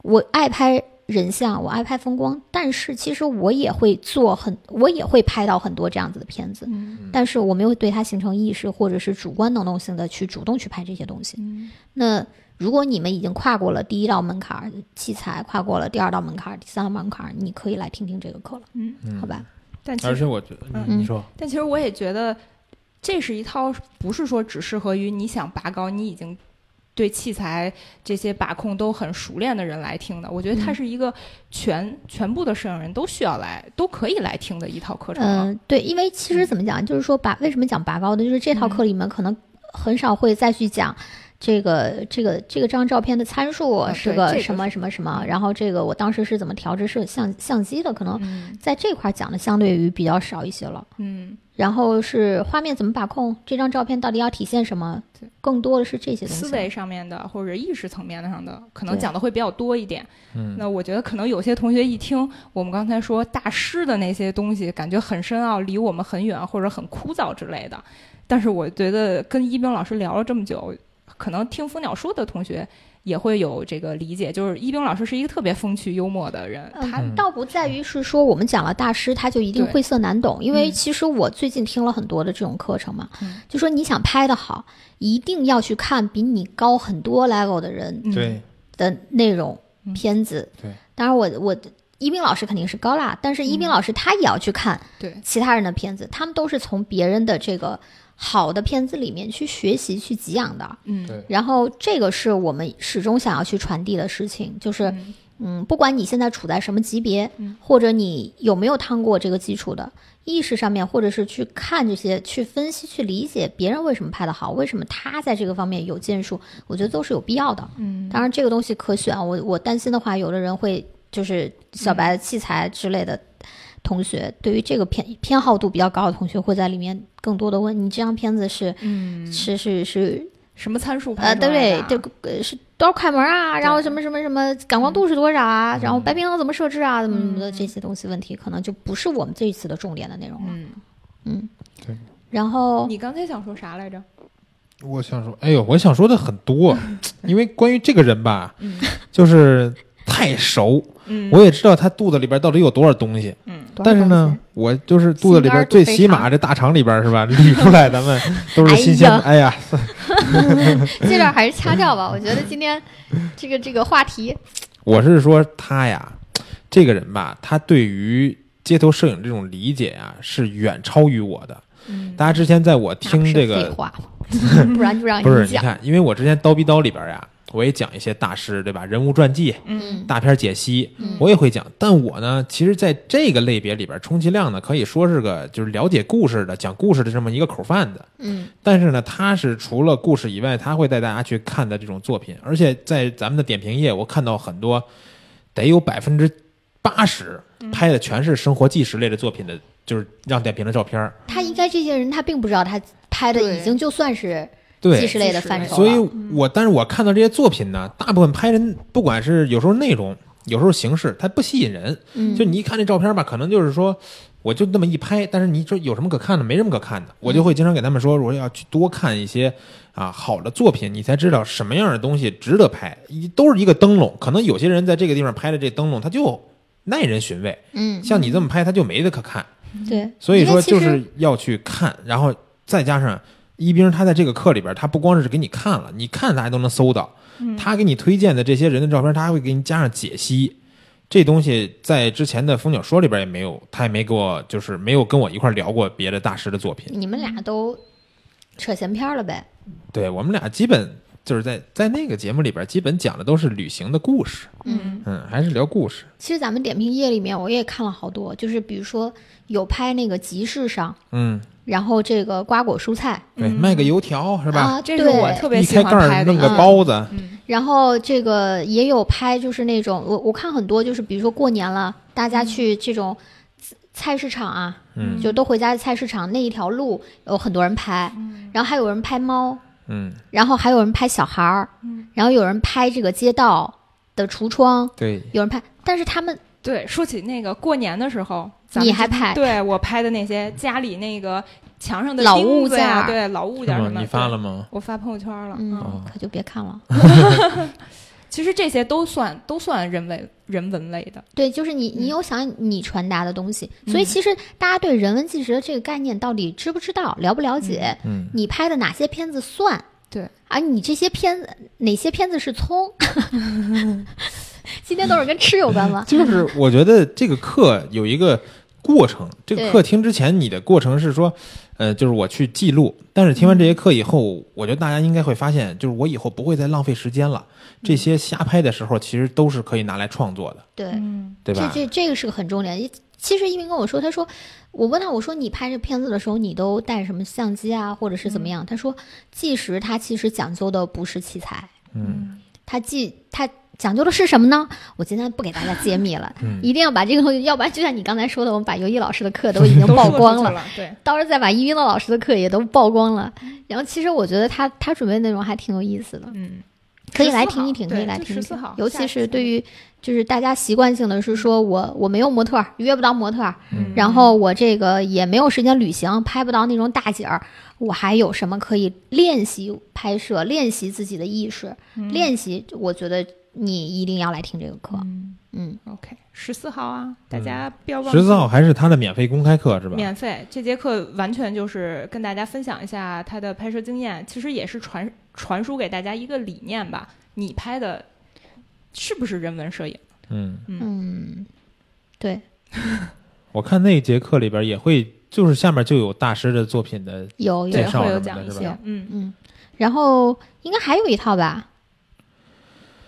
C: 我爱拍。人像我爱拍风光，但是其实我也会做很，我也会拍到很多这样子的片子，
A: 嗯
C: 但是我没有对它形成意识，或者是主观能动性的去主动去拍这些东西。
A: 嗯
C: 那如果你们已经跨过了第一道门槛儿，器材跨过了第二道门槛儿，第三道门槛儿，你可以来听听这个课了，
A: 嗯，
B: 嗯
C: 好吧？
A: 但其
B: 而
A: 实
B: 且我觉得，
C: 嗯
B: 你说，
A: 但其实我也觉得，这是一套不是说只适合于你想拔高，你已经对器材这些把控都很熟练的人来听的。我觉得它
C: 嗯
A: 是一个全、全部的摄影人都需要来，都可以来听的一套课程啊。
C: 嗯、对，因为其实怎么讲，就是说拔为什么讲拔高的，就是这套课里面可能很少会再去讲。这个这个这个张照片的参数
A: 啊
C: 是
A: 对这
C: 个
A: 个
C: 什么
A: 是
C: 什么什么，然后这个我当时是怎么调制摄相相机的，可能
A: 嗯
C: 在这块儿讲的相对于比较少一些了。
A: 嗯，
C: 然后是画面怎么把控，这张照片到底要体现什么
A: 对，
C: 更多的是这些东西。
A: 思维上面的或者意识层面上的，可能
C: 对
A: 讲的会比较多一点。
B: 嗯，
A: 那我觉得可能有些同学一听我们刚才说大师的那些东西，感觉很深奥，离我们很远或者很枯燥之类的。但是我觉得跟一冰老师聊了这么久，可能听蜂鸟说的同学也会有这个理解，就是一冰老师是一个特别风趣幽默的人，他
C: 嗯，倒不在于是说我们讲了大师，他就一定
A: 对
C: 晦涩难懂，因为
A: 嗯
C: 其实我最近听了很多的这种课程嘛，
A: 嗯
C: 就说你想拍的好，一定要去看比你高很多 level 的人
A: 嗯
B: 对，
C: 的内容、
A: 嗯
C: 片子。
B: 对，
C: 当然我我一冰老师肯定是高啦，但是一冰
A: 嗯
C: 老师他也要去看
A: 对
C: 其他人的片子，他们都是从别人的这个好的片子里面去学习去给养的。
A: 嗯
B: 对，
C: 然后这个是我们始终想要去传递的事情，就是
A: 嗯
C: 嗯，不管你现在处在什么级别，
A: 嗯
C: 或者你有没有趟过这个基础的意识上面，或者是去看这些、去分析、去理解别人为什么拍得好，为什么他在这个方面有建树，我觉得都是有必要的。
A: 嗯
C: 当然，这个东西可选啊，我我担心的话，有的人会就是小
A: 嗯
C: 白器材之类的。同学对于这个偏偏好度比较高的同学，会在里面更多的问你这张片子是、
A: 嗯，
C: 是是是
A: 什么参数
C: 呃，
A: 拍出来
C: 对
B: 啊
A: 的？
C: 对，呃是多少快门啊，然后
A: 对
C: 什么什么什么感光度是多少啊，然后
B: 嗯
C: 白平衡怎么设置啊，怎么怎么的
A: 嗯
C: 这些东西问题，可能就不是我们这一次的重点的内容了。
A: 嗯，
C: 嗯
B: 对，
C: 然后
A: 你刚才想说啥来着？
B: 我想说，哎呦，我想说的很多，因为关于这个人吧，
A: 嗯
B: 就是太熟，
A: 嗯，
B: 我也知道他肚子里边到底有多少东西，
A: 嗯
B: 但是呢，，我就是肚子里边最起码这大肠里边是吧， 捋出来咱们都是新鲜的。哎呀，
C: 这段还是掐掉吧。我觉得 今天这个这个话题，
B: 我是说他呀，这个人吧，他对于街头摄影这种理解啊，是远超于我的。
A: 嗯
B: 大家之前在我听这
C: 那不是
B: 个
C: 废 话，不然就让
B: 不是，
C: 你
B: 你
C: 讲。
B: 看，因为我之前叨逼叨里边呀，我也讲一些大师，对吧？人物传记、
A: 嗯
B: 大片解析，
C: 嗯
B: 我也会讲。但我呢，其实在这个类别里边，充其量呢，可以说是个就是了解故事的、讲故事的这么一个口贩子。
C: 嗯
B: 但是呢，他是除了故事以外，他会带大家去看的这种作品，而且在咱们的点评页，我看到很多，得有百分之八十拍的全是生活纪实类的作品的，就是让点评的照片儿。
C: 他应该这些人他并不知道他拍的
A: 对
C: 已经就算是
B: 对
C: 纪实啊类的范畴了。
B: 所以我，但是我看到这些作品呢，大部分拍人，不管是有时候内容，有时候形式，它不吸引人。
C: 嗯，
B: 就你一看这照片吧，可能就是说，我就那么一拍，但是你说有什么可看的？没什么可看的。我就会经常给他们说，我要去多看一些啊好的作品，你才知道什么样的东西值得拍。一都是一个灯笼，可能有些人在这个地方拍的这灯笼，他就耐人寻味。
C: 嗯，
B: 像你这么拍，他就没得可看。
C: 对，
B: 所以
C: 因为
B: 说
C: 其
B: 就
C: 实
B: 是要去看，然后再加上一冰他在这个课里边，他不光是给你看了，你看大家都能搜到，
C: 嗯
B: 他给你推荐的这些人的照片，他还会给你加上解析。这东西在之前的《蜂鸟说》里边也没有，他也没给我，就是没有跟我一块儿聊过别的大师的作品。
C: 你们俩都扯闲篇儿了呗？
B: 对我们俩基本就是在在那个节目里边，基本讲的都是旅行的故事，
A: 嗯
B: 嗯，还是聊故事，
C: 其实咱们点评页里面我也看了好多，就是比如说有拍那个集市上，
B: 嗯，
C: 然后这个瓜果蔬菜
B: 对，
A: 嗯
B: 卖个油条是吧？
C: 啊，
A: 这是我
C: 对，
A: 特别
B: 一
A: 喜
B: 开
A: 欢
B: 盖
A: 拍
B: 儿
A: 的
B: 弄
A: 一
B: 个
A: 个，
B: 包子，
A: 嗯
C: 然后这个也有拍，就是那种我我看很多，就是比如说过年了，大
A: 嗯
C: 家去这种菜市场啊，
B: 嗯
C: 就都回家的菜市场那一条路有很多人拍，
A: 嗯
C: 然后还有人拍猫，
B: 嗯，
C: 然后还有人拍小孩儿，
A: 嗯
C: 然后有人拍这个街道的橱窗，
B: 对，
C: 有人拍，但是他们
A: 对，说起那个过年的时候，咱们
C: 你还拍，
A: 对我拍的那些家里那个墙上的
C: 老
A: 钉
C: 物
A: 子呀
C: 件儿
A: 对老物
B: 是
A: 件儿
B: 吗
A: 什么，
B: 嗯你发
A: 对
B: 了吗？
A: 我发朋友圈了。
C: 嗯
B: 哦，
C: 可就别看了。
A: 其实这些都算都算人为人文类的。
C: 对，就是你，
A: 嗯
C: 你有想你传达的东西，所以
A: 嗯
C: 其实大家对人文纪实的这个概念到底知不知道、了不了解，
B: 嗯，
C: 你拍的哪些片子算？
A: 对，
C: 而你这些片子哪些片子是葱？ 今天都是跟吃有关吗？
B: 就是我觉得这个课有一个过程，这个
C: 对
B: 课听之前你的过程是说，呃，就是我去记录，但是听完这
C: 嗯
B: 节课以后，我觉得大家应该会发现，就是我以后不会再浪费时间了。这些瞎拍的时候，其实都是可以拿来创作的，
C: 对，
A: 嗯，
B: 对吧？
C: 这这这个是个很重点。其实一鸣跟我说，他说我问他，我说你拍这片子的时候，你都带什么相机啊，或者是
A: 嗯
C: 怎么样？他说，纪实它其实讲究的不是器材，
B: 嗯
C: 它既它讲究的是什么呢？我今天不给大家揭秘了，
B: 嗯
C: 一定要把这个东西，要不然就像你刚才说的，我们把尤一老师的课都 已经曝
A: 说
C: 光
A: 出去
C: 了，
A: 了。对，
C: 到时候再把一鸣的老师的课也都曝光了。然后其实我觉得他他准备的内容还挺有意思的，
A: 嗯，
C: 可以来
A: 14
C: 听一听，
A: 号
C: 可以来
A: 对
C: 听一
A: 就
C: 听
A: 14号。
C: 尤
A: 下
C: 其
A: 一
C: 是
A: 次
C: 对于就是大家习惯性的是说我我没有模特儿，约不到模特儿，
B: 嗯
C: 然后我这个也没有时间旅行，拍不到那种大景儿，我还有什么可以练习拍摄、练习自己的意识、练习？我觉得你一定要来听这个课。
A: 嗯
C: 嗯，
A: ，OK，十四号啊，大家不要忘记
B: 嗯十四号还是他的免费公开课是吧？
A: 免费这节课完全就是跟大家分享一下他的拍摄经验，其实也是传传输给大家一个理念吧。你拍的是不是人文摄影？
B: 嗯，
C: 嗯，对，
B: 我看那节课里边也会，就是下面就有大师的作品的，
C: 有
B: 介
A: 对，
C: 有，
B: 绍
A: 会
B: 什
A: 有
B: 么
A: 讲
B: 的
A: 一
B: 是
A: 些
B: 吧，
A: 嗯，
C: 嗯，然后应该还有一套吧。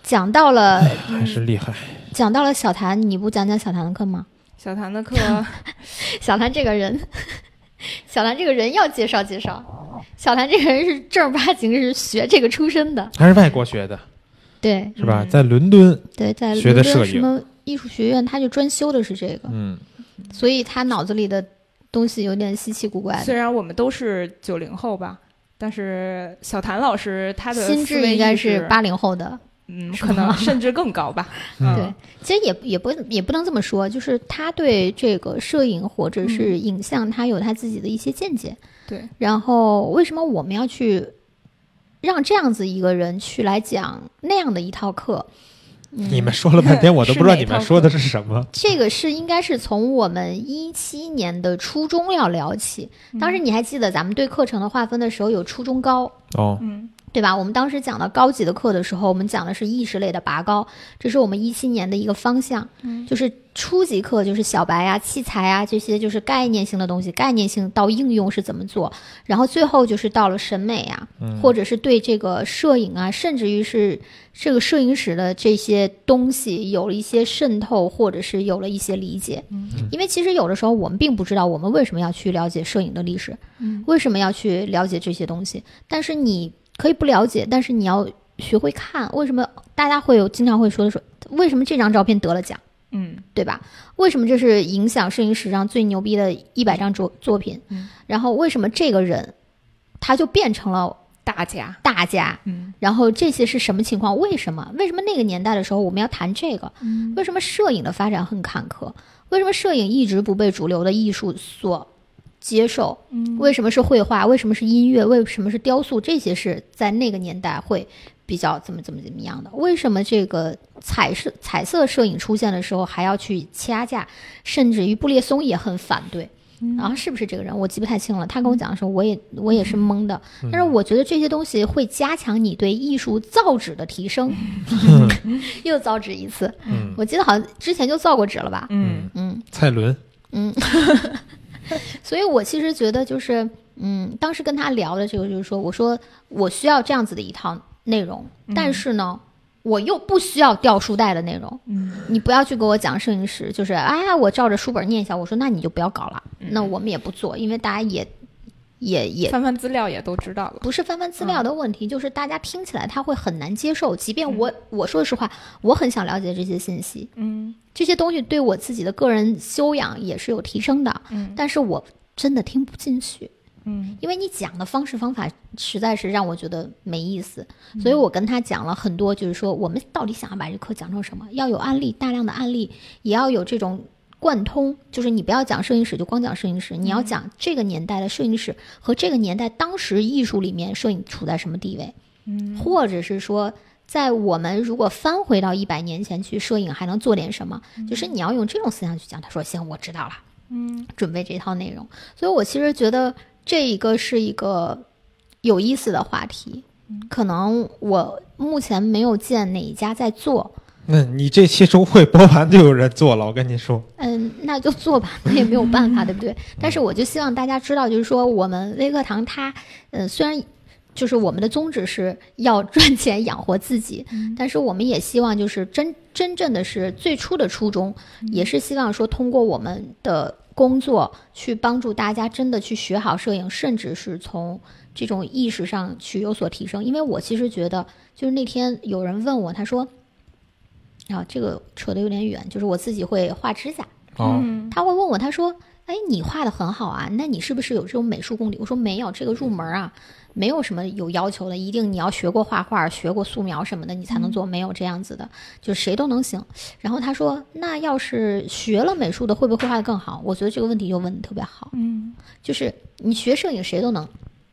C: 讲 到了，
B: 还
A: 嗯
C: 嗯
B: 是厉害。
C: 讲到了小谭，你不讲讲小谭的课吗？
A: 小谭的课
C: 小谭这个人， 小谭这个人要介绍介绍。小谭这个人是正儿八经是学这个出身的，
B: 还是外国学的，
C: 对
B: 是吧？
A: 嗯
B: 在伦敦，
C: 对，在
B: 学
C: 伦
B: 的
C: 敦
B: 摄
C: 什
B: 影
C: 么艺术学院，他就专修的是这个，
B: 嗯，
C: 所以他脑子里的东西有点稀奇古怪
A: 虽
C: 的，
A: 然我们都是九零后吧，但是小谭老师他的
C: 心
A: 思
C: 智
A: 维
C: 应
A: 意
C: 该
A: 识
C: 是八零后的。
A: 嗯，
C: 是
A: 可能
C: 吗
A: 甚至更高吧。
B: 嗯
C: 对，其实也也不也不能这么说，就是他对这个摄影或者是影像，他有他自己的一些见解。
A: 对，
C: 然后为什么我们要去让这样子一个人去来讲那样的一套课？嗯、
B: 你们说了半 天，我都不知道你
A: 是哪一
B: 们
A: 套
B: 说的是什么。
C: 这个是应该是从我们一七年的初中要聊起。当时你还记得咱们对课程的划分的时候有初中高，
B: 哦，
A: 嗯
C: 对吧？我们当时讲到高级的课的时候，我们讲的是意识类的拔高，这是我们一七年的一个方向。
A: 嗯
C: 就是初级课就是小白啊、器材啊这些就是概念性的东西，概念性到应用是怎么做，然后最后就是到了审美啊，或者是对这个摄影啊，甚至于是这个摄影史的这些东西有了一些渗透，或者是有了一些理解。因为其实有的时候我们并不知道我们为什么要去了解摄影的历史，
A: 嗯
C: 为什么要去了解这些东西，但是你可以不了解，但是你要学会看。为什么大家会有经常会说的说，为什么这张照片得了奖？
A: 嗯
C: 对吧？为什么这是影响摄影史上最牛逼的一百张作作品？
A: 嗯
C: 然后为什么这个人他就变成了
A: 大家，
C: 大家，
A: 嗯
C: 然后这些是什么情况？为什么？为什么那个年代的时候我们要谈这个？
A: 嗯
C: 为什么摄影的发展很坎坷？为什么摄影一直不被主流的艺术所接受？
A: 嗯
C: 为什么是绘画？为什么是音乐？为什么是雕塑？这些是在那个年代会比较怎么怎么怎么样的？为什么这个彩色彩色摄影出现的时候还要去掐架，甚至于布列松也很反对？
A: 嗯
C: 然后是不是这个人，我记不太清了。他跟我讲的时候，我也我也是
A: 嗯
C: 懵的。但是我觉得这些东西会加强你对艺术造纸的提升， 又造纸一次。
B: 嗯
C: 我记得好像之前就造过纸了吧？
A: 嗯，
C: 嗯，
B: 蔡伦，
C: 所以我其实觉得就是，嗯，当时跟他聊的这个就是说，我说我需要这样子的一套内容，但是呢。我又不需要掉书袋的内容，
A: 嗯，
C: 你不要去给我讲摄影师，就是哎呀，我照着书本念一下。我说那你就不要搞了，那我们也不做，因为大家也也也
A: 翻翻资料也都知道了，嗯
C: 不是翻翻资料的问题，就是大家听起来他会很难接受。即便我我说实话，我很想了解这些信息，
A: 嗯
C: 这些东西对我自己的个人修养也是有提升的，
A: 嗯
C: 但是我真的听不进去。
A: 嗯
C: 因为你讲的方式方法实在是让我觉得没意思，
A: 嗯
C: 所以我跟他讲了很多，就是说我们到底想要把这课讲成什么？要有案例，大量的案例，也要有这种贯通，就是你不要讲摄影史就光讲摄影
A: 嗯
C: 史，你要讲这个年代的摄影史和这个年代当时艺术里面摄影处在什么地位，
A: 嗯
C: 或者是说。在我们如果翻回到一百年前去，摄影还能做点什么？就是你要用这种思想去讲。他说：“行，我知道了。”
A: 嗯
C: 准备这套内容。所以我其实觉得这一个是一个有意思的话题，可能我目前没有见哪一家在做。
B: 那你这期周会播完就有人做了，我跟你说，
C: 嗯，那就做吧， 那也没有办法，对不对？但是我就希望大家知道，就是说我们微课堂它，呃，虽然就是我们的宗旨是要赚钱 养活自己，但是我们也希望就是真真正的是最初的初衷，也是希望说通过我们的工作去帮助大家真的去学好摄影，甚至是从这种意识上去有所提升。因为我其实觉得，就是那天有人问我，他说。啊，这个扯得有点远，就是我自己会画指甲，
B: 哦，
A: 嗯
C: 他会问我，他说：“哎，你画的很好啊，那你是不是有这种美术功底？”我说：“没有，这个入门啊，没有什么有要求的，一定你要学过画画、学过素描什么的，你才能做，没有这样子的，就谁都能行。”然后他说：“那要是学了美术的，会不会画得更好？”我觉得这个问题就问的特别好，
A: 嗯
C: 就是你学摄影谁都能，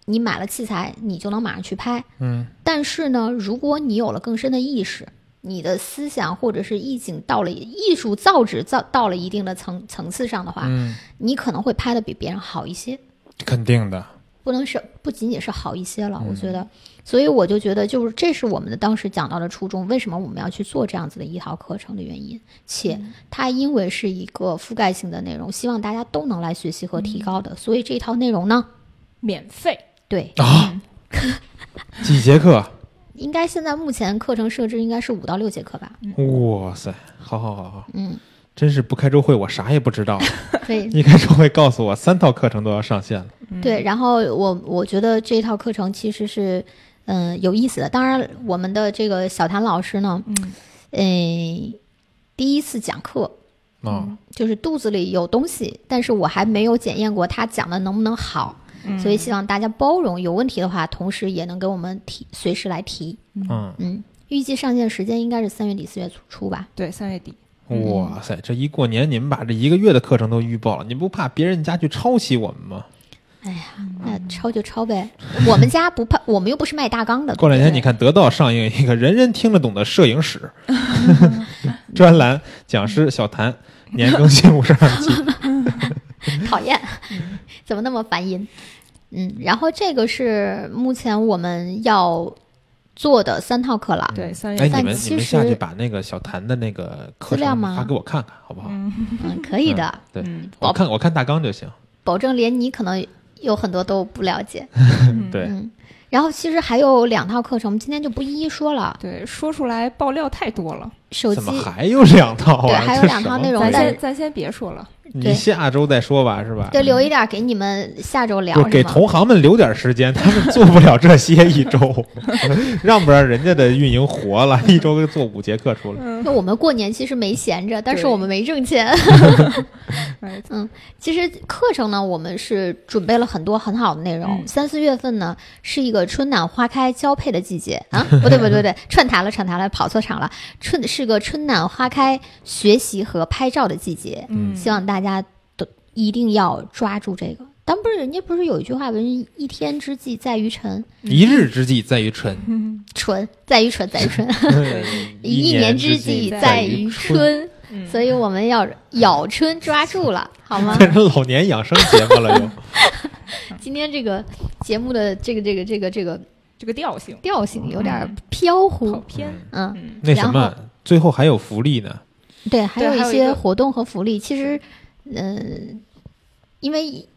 C: 你买了器材你就能马上去拍，
B: 嗯
C: 但是呢，如果你有了更深的意识，你的思想或者是意境到了艺术造纸造到了一定的层层次上的话，
B: 嗯，
C: 你可能会拍的比别人好一些，
B: 肯定的，
C: 不能是不仅仅是好一些
B: 嗯
C: 了，我觉得。所以我就觉得，就是这是我们的当时讲到的初衷，为什么我们要去做这样子的一套课程的原因。且它因为是一个覆盖性的内容，希望大家都能来学习和提高的，所以这套内容呢，
A: 免费，
C: 对，
B: 啊，
C: 嗯
B: 几节课？
C: 应该现在目前课程设置应该是五到六节课吧，
B: 哇塞，好好好好，
C: 嗯，
B: 真是不开周会我啥也不知 道。
C: 可以
B: 一开周会告诉我三套课程都要上线了，
C: 对，然后我我觉得这一套课程其实是，嗯、有意思的。当然，我们的这个小谭老师呢，
A: 嗯
C: 嗯、第一次讲课
B: 啊，
C: 就是肚子里有东西，但是我还没有检验过他讲的能不能好，
A: 嗯
C: 所以希望大家包容。有问题的话，同时也能给我们提，随时来提。
B: 嗯，
C: 嗯，预计上线时间应该是三月底四月初吧。
A: 对，三月底，
C: 嗯
B: 哇塞，这一过年你们把这一个月的课程都预报了，你不怕别人家去抄袭我们吗？
C: 哎呀，那抄就抄呗，我们家不怕，我们又不是卖大纲 的。
B: 过两
C: 对
B: 天
C: 不
B: 你
C: 对
B: 看得到上映一个人人听得懂的摄影史 专栏，讲师小谭年更新五十二 期，
C: 讨厌， 怎么那么烦音？嗯，然后这个是目前我们要做的三套课了。
A: 对，三月
B: 哎，你
A: 底，
C: 但
B: 们
C: 其
B: 你们下去
C: 实
B: 把那个小谭的那个课
C: 资料
B: 程
C: 吗哦
B: 发给我看看，好不好？
C: 嗯，可以的，
B: 哦对，
A: 嗯
B: 我看我看大纲就行。
C: 保证连你可能有很多都不了解。
B: 对，
C: 嗯，然后其实还有两套课程，我们今天就不一一说了。
A: 对，说出来爆料太多了，
C: 手
B: 怎
C: 机
B: 么还有两套
C: 对，
B: 啊？
C: 还有
B: 这
C: 两
B: 什
C: 套
B: 么
C: 内容
A: 咱
C: 但
A: 先咱先别说了，
B: 你
C: 对
B: 下周再说吧，是吧？
C: 就留一点给你们下周聊
B: 就，
C: 是
B: 给
C: 吗？
B: 同行们留点时间，他们做不了这些一 周，让不让人家的运营活了？一周做五节课出来，
A: 嗯，
C: 那我们过年其实没闲着，但是
A: 对
C: 我们没挣钱。
A: 哎
C: 其实课程呢，我们是准备了很多很好的内容。
A: 嗯
C: 三四月份呢，是一个春暖花开交配的季节啊，不对不对不对，串台了串台了，跑错场了。春是个春暖花开学习和拍照的季节，
A: 嗯，
C: 希望大家都一定要抓住这个。但不是人家不是有一句话，不是一天之计在于晨，
D: 一日之计在于晨，
A: 嗯，
C: 晨在于晨在于晨，
A: 对，
C: 一年
D: 年
C: 之
D: 计
C: 计
A: 在
C: 在
D: 于
C: 于。春，
A: 嗯
C: 所以我们要咬春抓住了，好吗？
B: 变成老年养生节目了又。
C: 今天这个节目的这个这个这个这个
A: 这个调性
C: 调性有点飘
A: 好
C: 忽，
A: 偏，
C: 嗯，
A: 嗯，
B: 那什
C: 然
B: 么
C: 后，
B: 最后还有福利呢？
C: 对，还
A: 对
C: 有
A: 还有
C: 一
A: 一
C: 些
A: 个
C: 活动和福利，其实，嗯、因为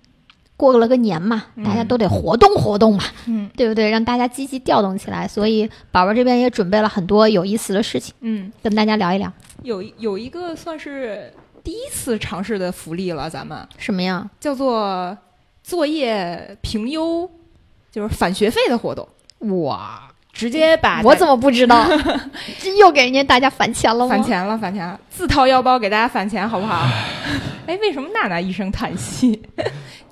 C: 过了个年嘛，大家
A: 嗯
C: 都得活动活动嘛，
A: 嗯
C: 对不对？让大家积极调动起来，所以宝宝这边也准备了很多有意思的事情
A: 嗯，
C: 跟大家聊一聊，
A: 有一有一个算是第一次尝试的福利了，咱们
C: 什么呀？
A: 叫做作业评优，就是返学费的活动，
C: 哇，
A: 直接把
C: 我怎么不 知道？这又给人家大家返钱了吗？
A: 返钱了，返钱了，自掏腰包给大家返钱，好不好？哎，为什么娜娜一声叹息？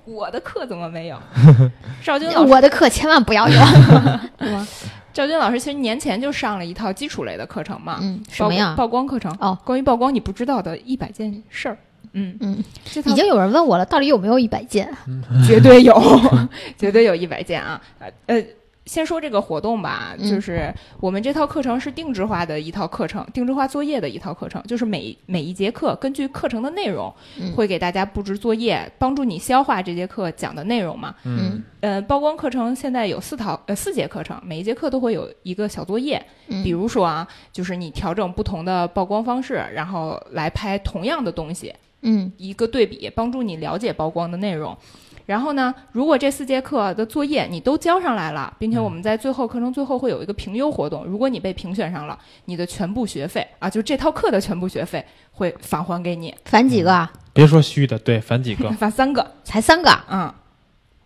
A: 我的课怎么没有？赵军老师，
C: 我的课千万不 要有，是吗？
A: 赵军老师其实年前就上了一套基础类的课程嘛，
C: 嗯，什
A: 曝
C: 么
A: 光
C: 呀？
A: 曝光课程
C: 哦，
A: 关于曝光你不知道的一百件事儿。嗯
C: 嗯，
A: 这套
C: 已经有人问我了，到底有没有一百件？
A: 绝对有，绝对有一百件啊！呃，呃先说这个活动吧，
C: 嗯
A: 就是我们这套课程是定制化的一套课程，定制化作业的一套课程，就是每每一节课根据课程的内容
C: 嗯，
A: 会给大家布置作业，帮助你消化这节课讲的内容嘛。
C: 嗯
A: 呃，曝光课程现在有四套呃四节课程，每一节课都会有一个小作业，
C: 嗯，
A: 比如说啊，就是你调整不同的曝光方式，然后来拍同样的东西，
C: 嗯
A: 一个对比，帮助你了解曝光的内容。然后呢，如果这四节课的作业你都交上来了，并且我们在最后课程最后会有一个评优活动，如果你被评选上了，你的全部学费啊，就这套课的全部学费会返还给你，
C: 返几个啊？
B: 别说虚的，对，返几 个。
A: 返三个，
C: 才三个啊，
A: 嗯，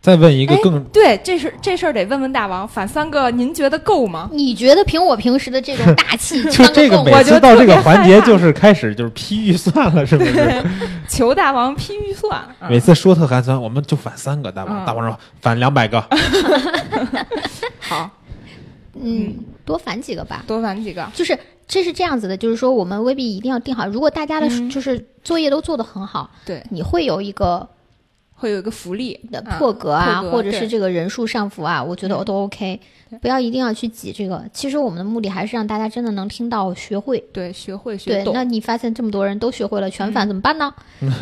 B: 再问一个更
A: 对，这事这事儿得问问大王，返三个您觉得够吗？
C: 你觉得凭我平时的这种大 气，
B: 就
C: 三
B: 这个
C: 够
B: 每
A: 我
B: 次
A: 就
B: 到
A: 特
B: 这个
A: 别
B: 环
A: 害
B: 节
A: 怕
B: 就是开始就是批预算了，是不是？
A: 求大王批预算，啊
B: 每次说特寒酸，我们就返三个大王，
A: 嗯
B: 大王说返两百个，
A: 好
C: 嗯，多返几个吧。
A: 多返几个，
C: 就是这是这样子的，就是说我们未必一定要定好。如果大家的
A: 嗯
C: 就是作业都做得很好，
A: 对，
C: 你会有一个
A: 会有一个福利
C: 呃
A: 啊
C: 破格啊，
A: 破格
C: 或者是
A: 对
C: 这个人数上浮啊，我觉得
A: 嗯
C: 都 OK。
A: 对
C: 不要一定要去挤这个。其实我们的目的还是让大家真的能听到、学会。
A: 对学会学
C: 对，
A: 懂
C: 那，你发现这么多人都学会了全返怎么办 呢？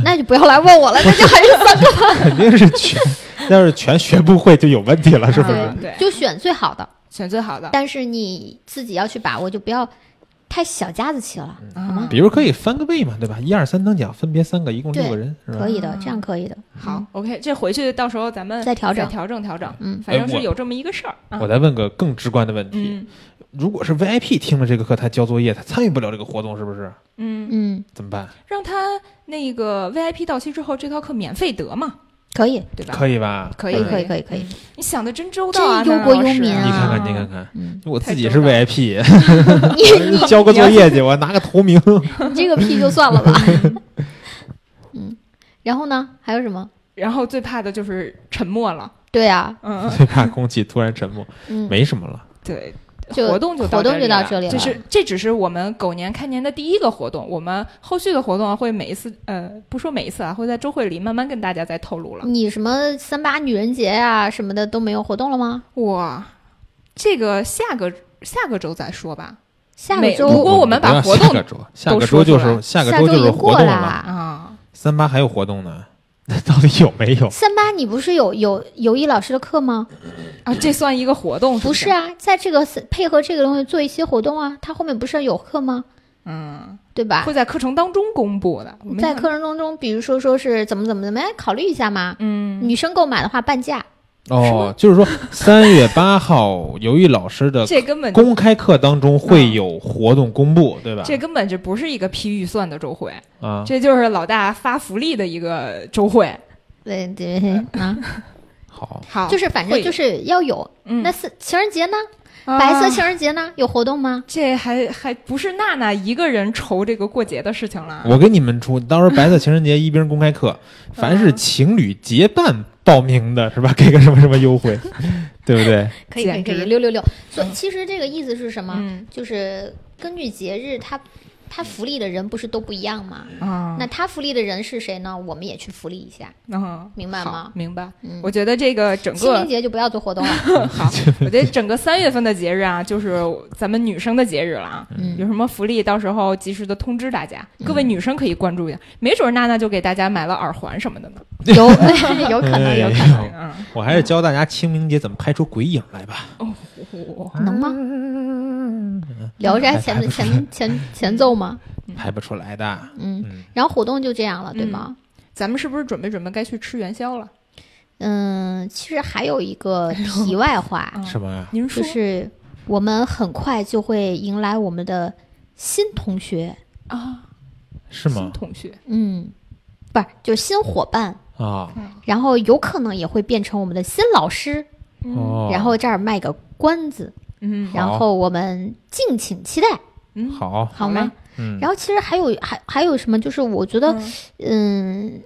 C: 那就不要来问我了，那就还是
B: 肯定是全，要是全学不 会就有问题了，是不是
C: 嗯
A: 啊？对，
C: 就选最好的。
A: 选最好的，
C: 但是你自己要去把握，就不要太小家子气了。
A: 好
C: 吗
B: 比如可以翻个倍嘛，对吧？一二三等奖分别三个，一共
C: 对
B: 六个人，是吧
C: 可？以的，这
A: 啊
C: 样可以的。
A: 好，OK，这回去到时候咱们
C: 再调整
A: 再调整调整，
C: 嗯
A: 反正
B: 哎我
A: 是有这么一个事儿啊
B: 我。再问个更直观的问题：
A: 嗯
B: 如果是 VIP 听了这个课，他交作业，他参与不了这个活动，是不是？
A: 嗯，
C: 嗯，
B: 怎么办？
A: 让他那个 VIP 到期之后，这套课免费得嘛，
C: 可以，
A: 对吧？
B: 可以吧？
A: 可
C: 可
A: 以
C: 以，可以，可以，可以。
A: 你想的真周到啊，
C: 真忧
A: 那
C: 国
A: 老
C: 忧
A: 师
C: 民啊
B: 你看看，你看看，
C: 嗯，
B: 我自己
A: 太
B: 是
A: 周到
B: VIP，
C: 你你
B: 交个作业去，我拿个头名。
C: 你这个屁就算了吧。嗯，然后呢？还有什么？
A: 然后最怕的就是沉默 了，
C: 对啊，
A: 嗯，嗯
B: 最怕空气突然沉默，
C: 嗯，
B: 没什么了。
A: 对。
C: 就
A: 活动就
C: 活动就到这
A: 这
C: 里了
A: 这是这只是我们狗年开年的第一个活动，我们后续的活动啊会每一次呃不说每一次啊，会在周会里慢慢跟大家再透露了。
C: 你什么三八女人节呀、什么的都没有活动了吗？
A: 哇，这个下个下个周再说吧
C: 下个
A: 没
C: 周
A: 如果我们把活动
B: 下个周，下个
A: 都
B: 周
A: 说出
B: 就
A: 来
B: 是下个
C: 下
B: 周
C: 已
B: 就是
C: 经
B: 活
C: 过
B: 动了。
C: 啦。
A: 啊。
B: 三八还有活动呢， 那到底有没有？
C: 三八，你不是有有有一老师的课吗？
A: 啊，这算一个活动
C: 不
A: 是
C: 是啊，在这个配合这个东西做一些活动啊。他后面不是有课吗？
A: 嗯，
C: 对吧？
A: 会在课程当中公布的，我没
C: 在
A: 想
C: 课程当中，比如说说是怎么怎么怎么，哎，考虑一下嘛。
A: 嗯
C: 女生购买的话半价，
B: 哦，就是说三月八号，尤毅老师的
A: 这根本
B: 公开课当中会有活动公布，对吧？
A: 这根本就不是一个批预算的周会，
B: 啊，
A: 这就是老大发福利的一个周会。
C: 对对啊，
B: 好，
A: 好，
C: 就是反正
A: 会
C: 就是要有。
A: 嗯
C: 那是情人节呢？
A: 啊
C: 白色情人节呢？有活动吗？
A: 这还还不是娜娜一个人愁这个过节的事情嗯了。
B: 我给你们出，到时候白色情人节一兵公 开课，凡是情侣结伴报名的是吧，给个什么什么优惠， 对不对？
C: 可以可以
A: 简
C: 可
A: 直
C: 以，六六六。所以其实这个意思是什么？
A: 嗯
C: 就是根据节日，他他福利的人不是都不一样吗？
A: 啊，
C: 那他福利的人是谁呢？我们也去福利一下，
A: 嗯，
C: 明白
A: 好
C: 吗，？
A: 明白。
C: 嗯，
A: 我觉得这个整
C: 清
A: 个
C: 明节就不要做活 动了。
A: 好，我觉得整个三月份的节日啊，就是咱们女生的节日了啊。有
C: 嗯，
A: 什么福利，到时候及时的通知大家。各位女生可以关注一下，没准娜娜就给大家买了耳环什么的呢。
C: 有有 可能有可能，
B: 哎呦
A: 嗯，
B: 我还是教大家清明节怎么拍出鬼影来吧。
A: 我
C: 能吗？ 聊斋前
B: 还不
C: 前前前奏吗？
B: 拍不出来的，
C: 嗯，
B: 嗯，
C: 然后活动就这样了，对吗？
A: 咱们是不是准备准备该去吃元宵了？
C: 嗯，其实还有一个题外话，
A: 嗯
B: 什么呀？
A: 您
C: 就
A: 说
C: 是我们很快就会迎来我们的新同学，
A: 啊，
B: 是
A: 新
B: 吗？
A: 同学
C: 嗯，不是，就是新伙伴，
B: 啊，
C: 然后有可能也会变成我们的新老师，
B: 哦，
C: 然后这儿卖个关子，
A: 嗯
C: 然后我们敬请期待，
A: 嗯，
B: 好，
C: 好
A: 嘞
C: 吗？
B: 嗯，
C: 然后其实还有还还有什么？就是我觉得，
A: 嗯
C: 嗯，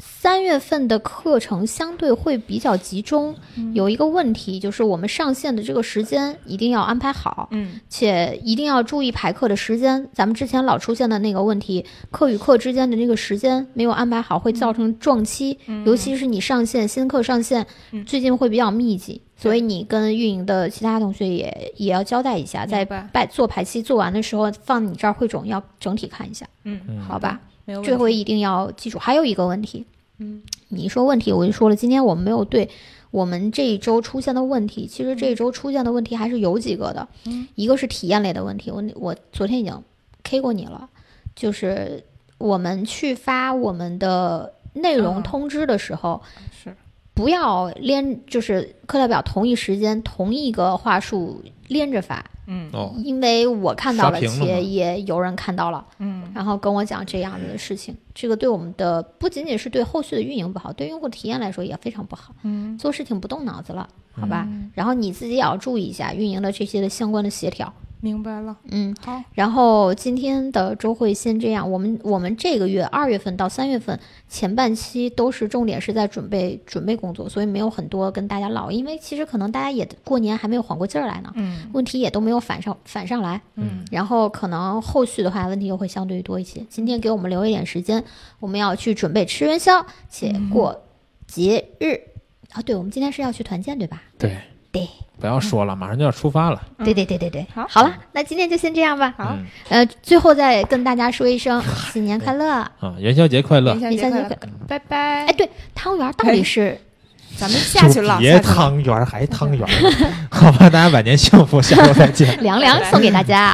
C: 三月份的课程相对会比较集中。
A: 嗯
C: 有一个问题就是，我们上线的这个时间一定要安排好，
A: 嗯
C: 且一定要注意排课的时间。咱们之前老出现的那个问题，课与课之间的那个时间没有安排
A: 嗯
C: 好，会造成撞期，尤其是你上线新课上线，
A: 嗯
C: 最近会比较密集。所以
A: 对
C: 你跟运营的其他同学也也要交代一下，啊在
A: 明白
C: 排做排期做完的时候，放你这儿汇总要整体看一下，
A: 嗯，
B: 嗯
C: 好吧？
A: 没有问题
C: 这回一定要记住。还有一个问题，
A: 嗯，
C: 你一说问题，我就说了，今天我们没有对我们这一周出现的问题，其实这一周出现的问题还是有几个的，
A: 嗯
C: 一个是体验类的问题，我我昨天已经 K 过你了，就是我们去发我们的内容
A: 嗯
C: 通知的时候，
A: 是
C: 不要连就是课代表同一时间同一个话术连着发，
A: 嗯
B: 哦，
C: 因为我看到
B: 刷
C: 了，
B: 屏了吗
C: 且也有人看到了，
A: 嗯
C: 然后跟我讲这样子的事情，这个对我们的不仅仅是对后续的运营不好，对用户体验来说也非常不好，
A: 嗯，
C: 做事情不动脑子了，好吧？
A: 嗯
C: 然后你自己也要注意一下运营的这些的相关的协调，
A: 明白了。
C: 嗯。
A: 好，
C: 然后今天的周会先这样，我们我们这个月二月份到三月份前半期都是重点是在准备准备工作，所以没有很多跟大家唠，因为其实可能大家也过年还没有缓过劲儿来呢，
A: 嗯
C: 问题也都没有反上反上来，
A: 嗯，
C: 然后可能后续的话问题又会相对多一些。今天给我们留一点时间，我们要去准备吃元宵且
A: 嗯
C: 过节日、啊，对，我们今天是要去团建对吧？
B: 对
C: 对，
B: 不要说了，马上就要出发了，
A: 嗯
C: 对对对对对，
A: 好
C: 好了，那今天就先这样吧。
A: 好
B: 嗯
C: 呃，最后再跟大家说 一声新年快乐！
B: 啊，元宵节快乐
A: 元，宵
C: 元
A: 节
C: 宵
A: 快
C: 节
A: 乐
C: 快乐！
A: 拜拜。
C: 哎，对，汤圆儿到底 是
A: 咱们下去了，
B: 就别
A: 下去了
B: 汤圆 儿还汤圆儿，好吧，大家晚年幸福，下周再见。
C: 凉凉送给大家。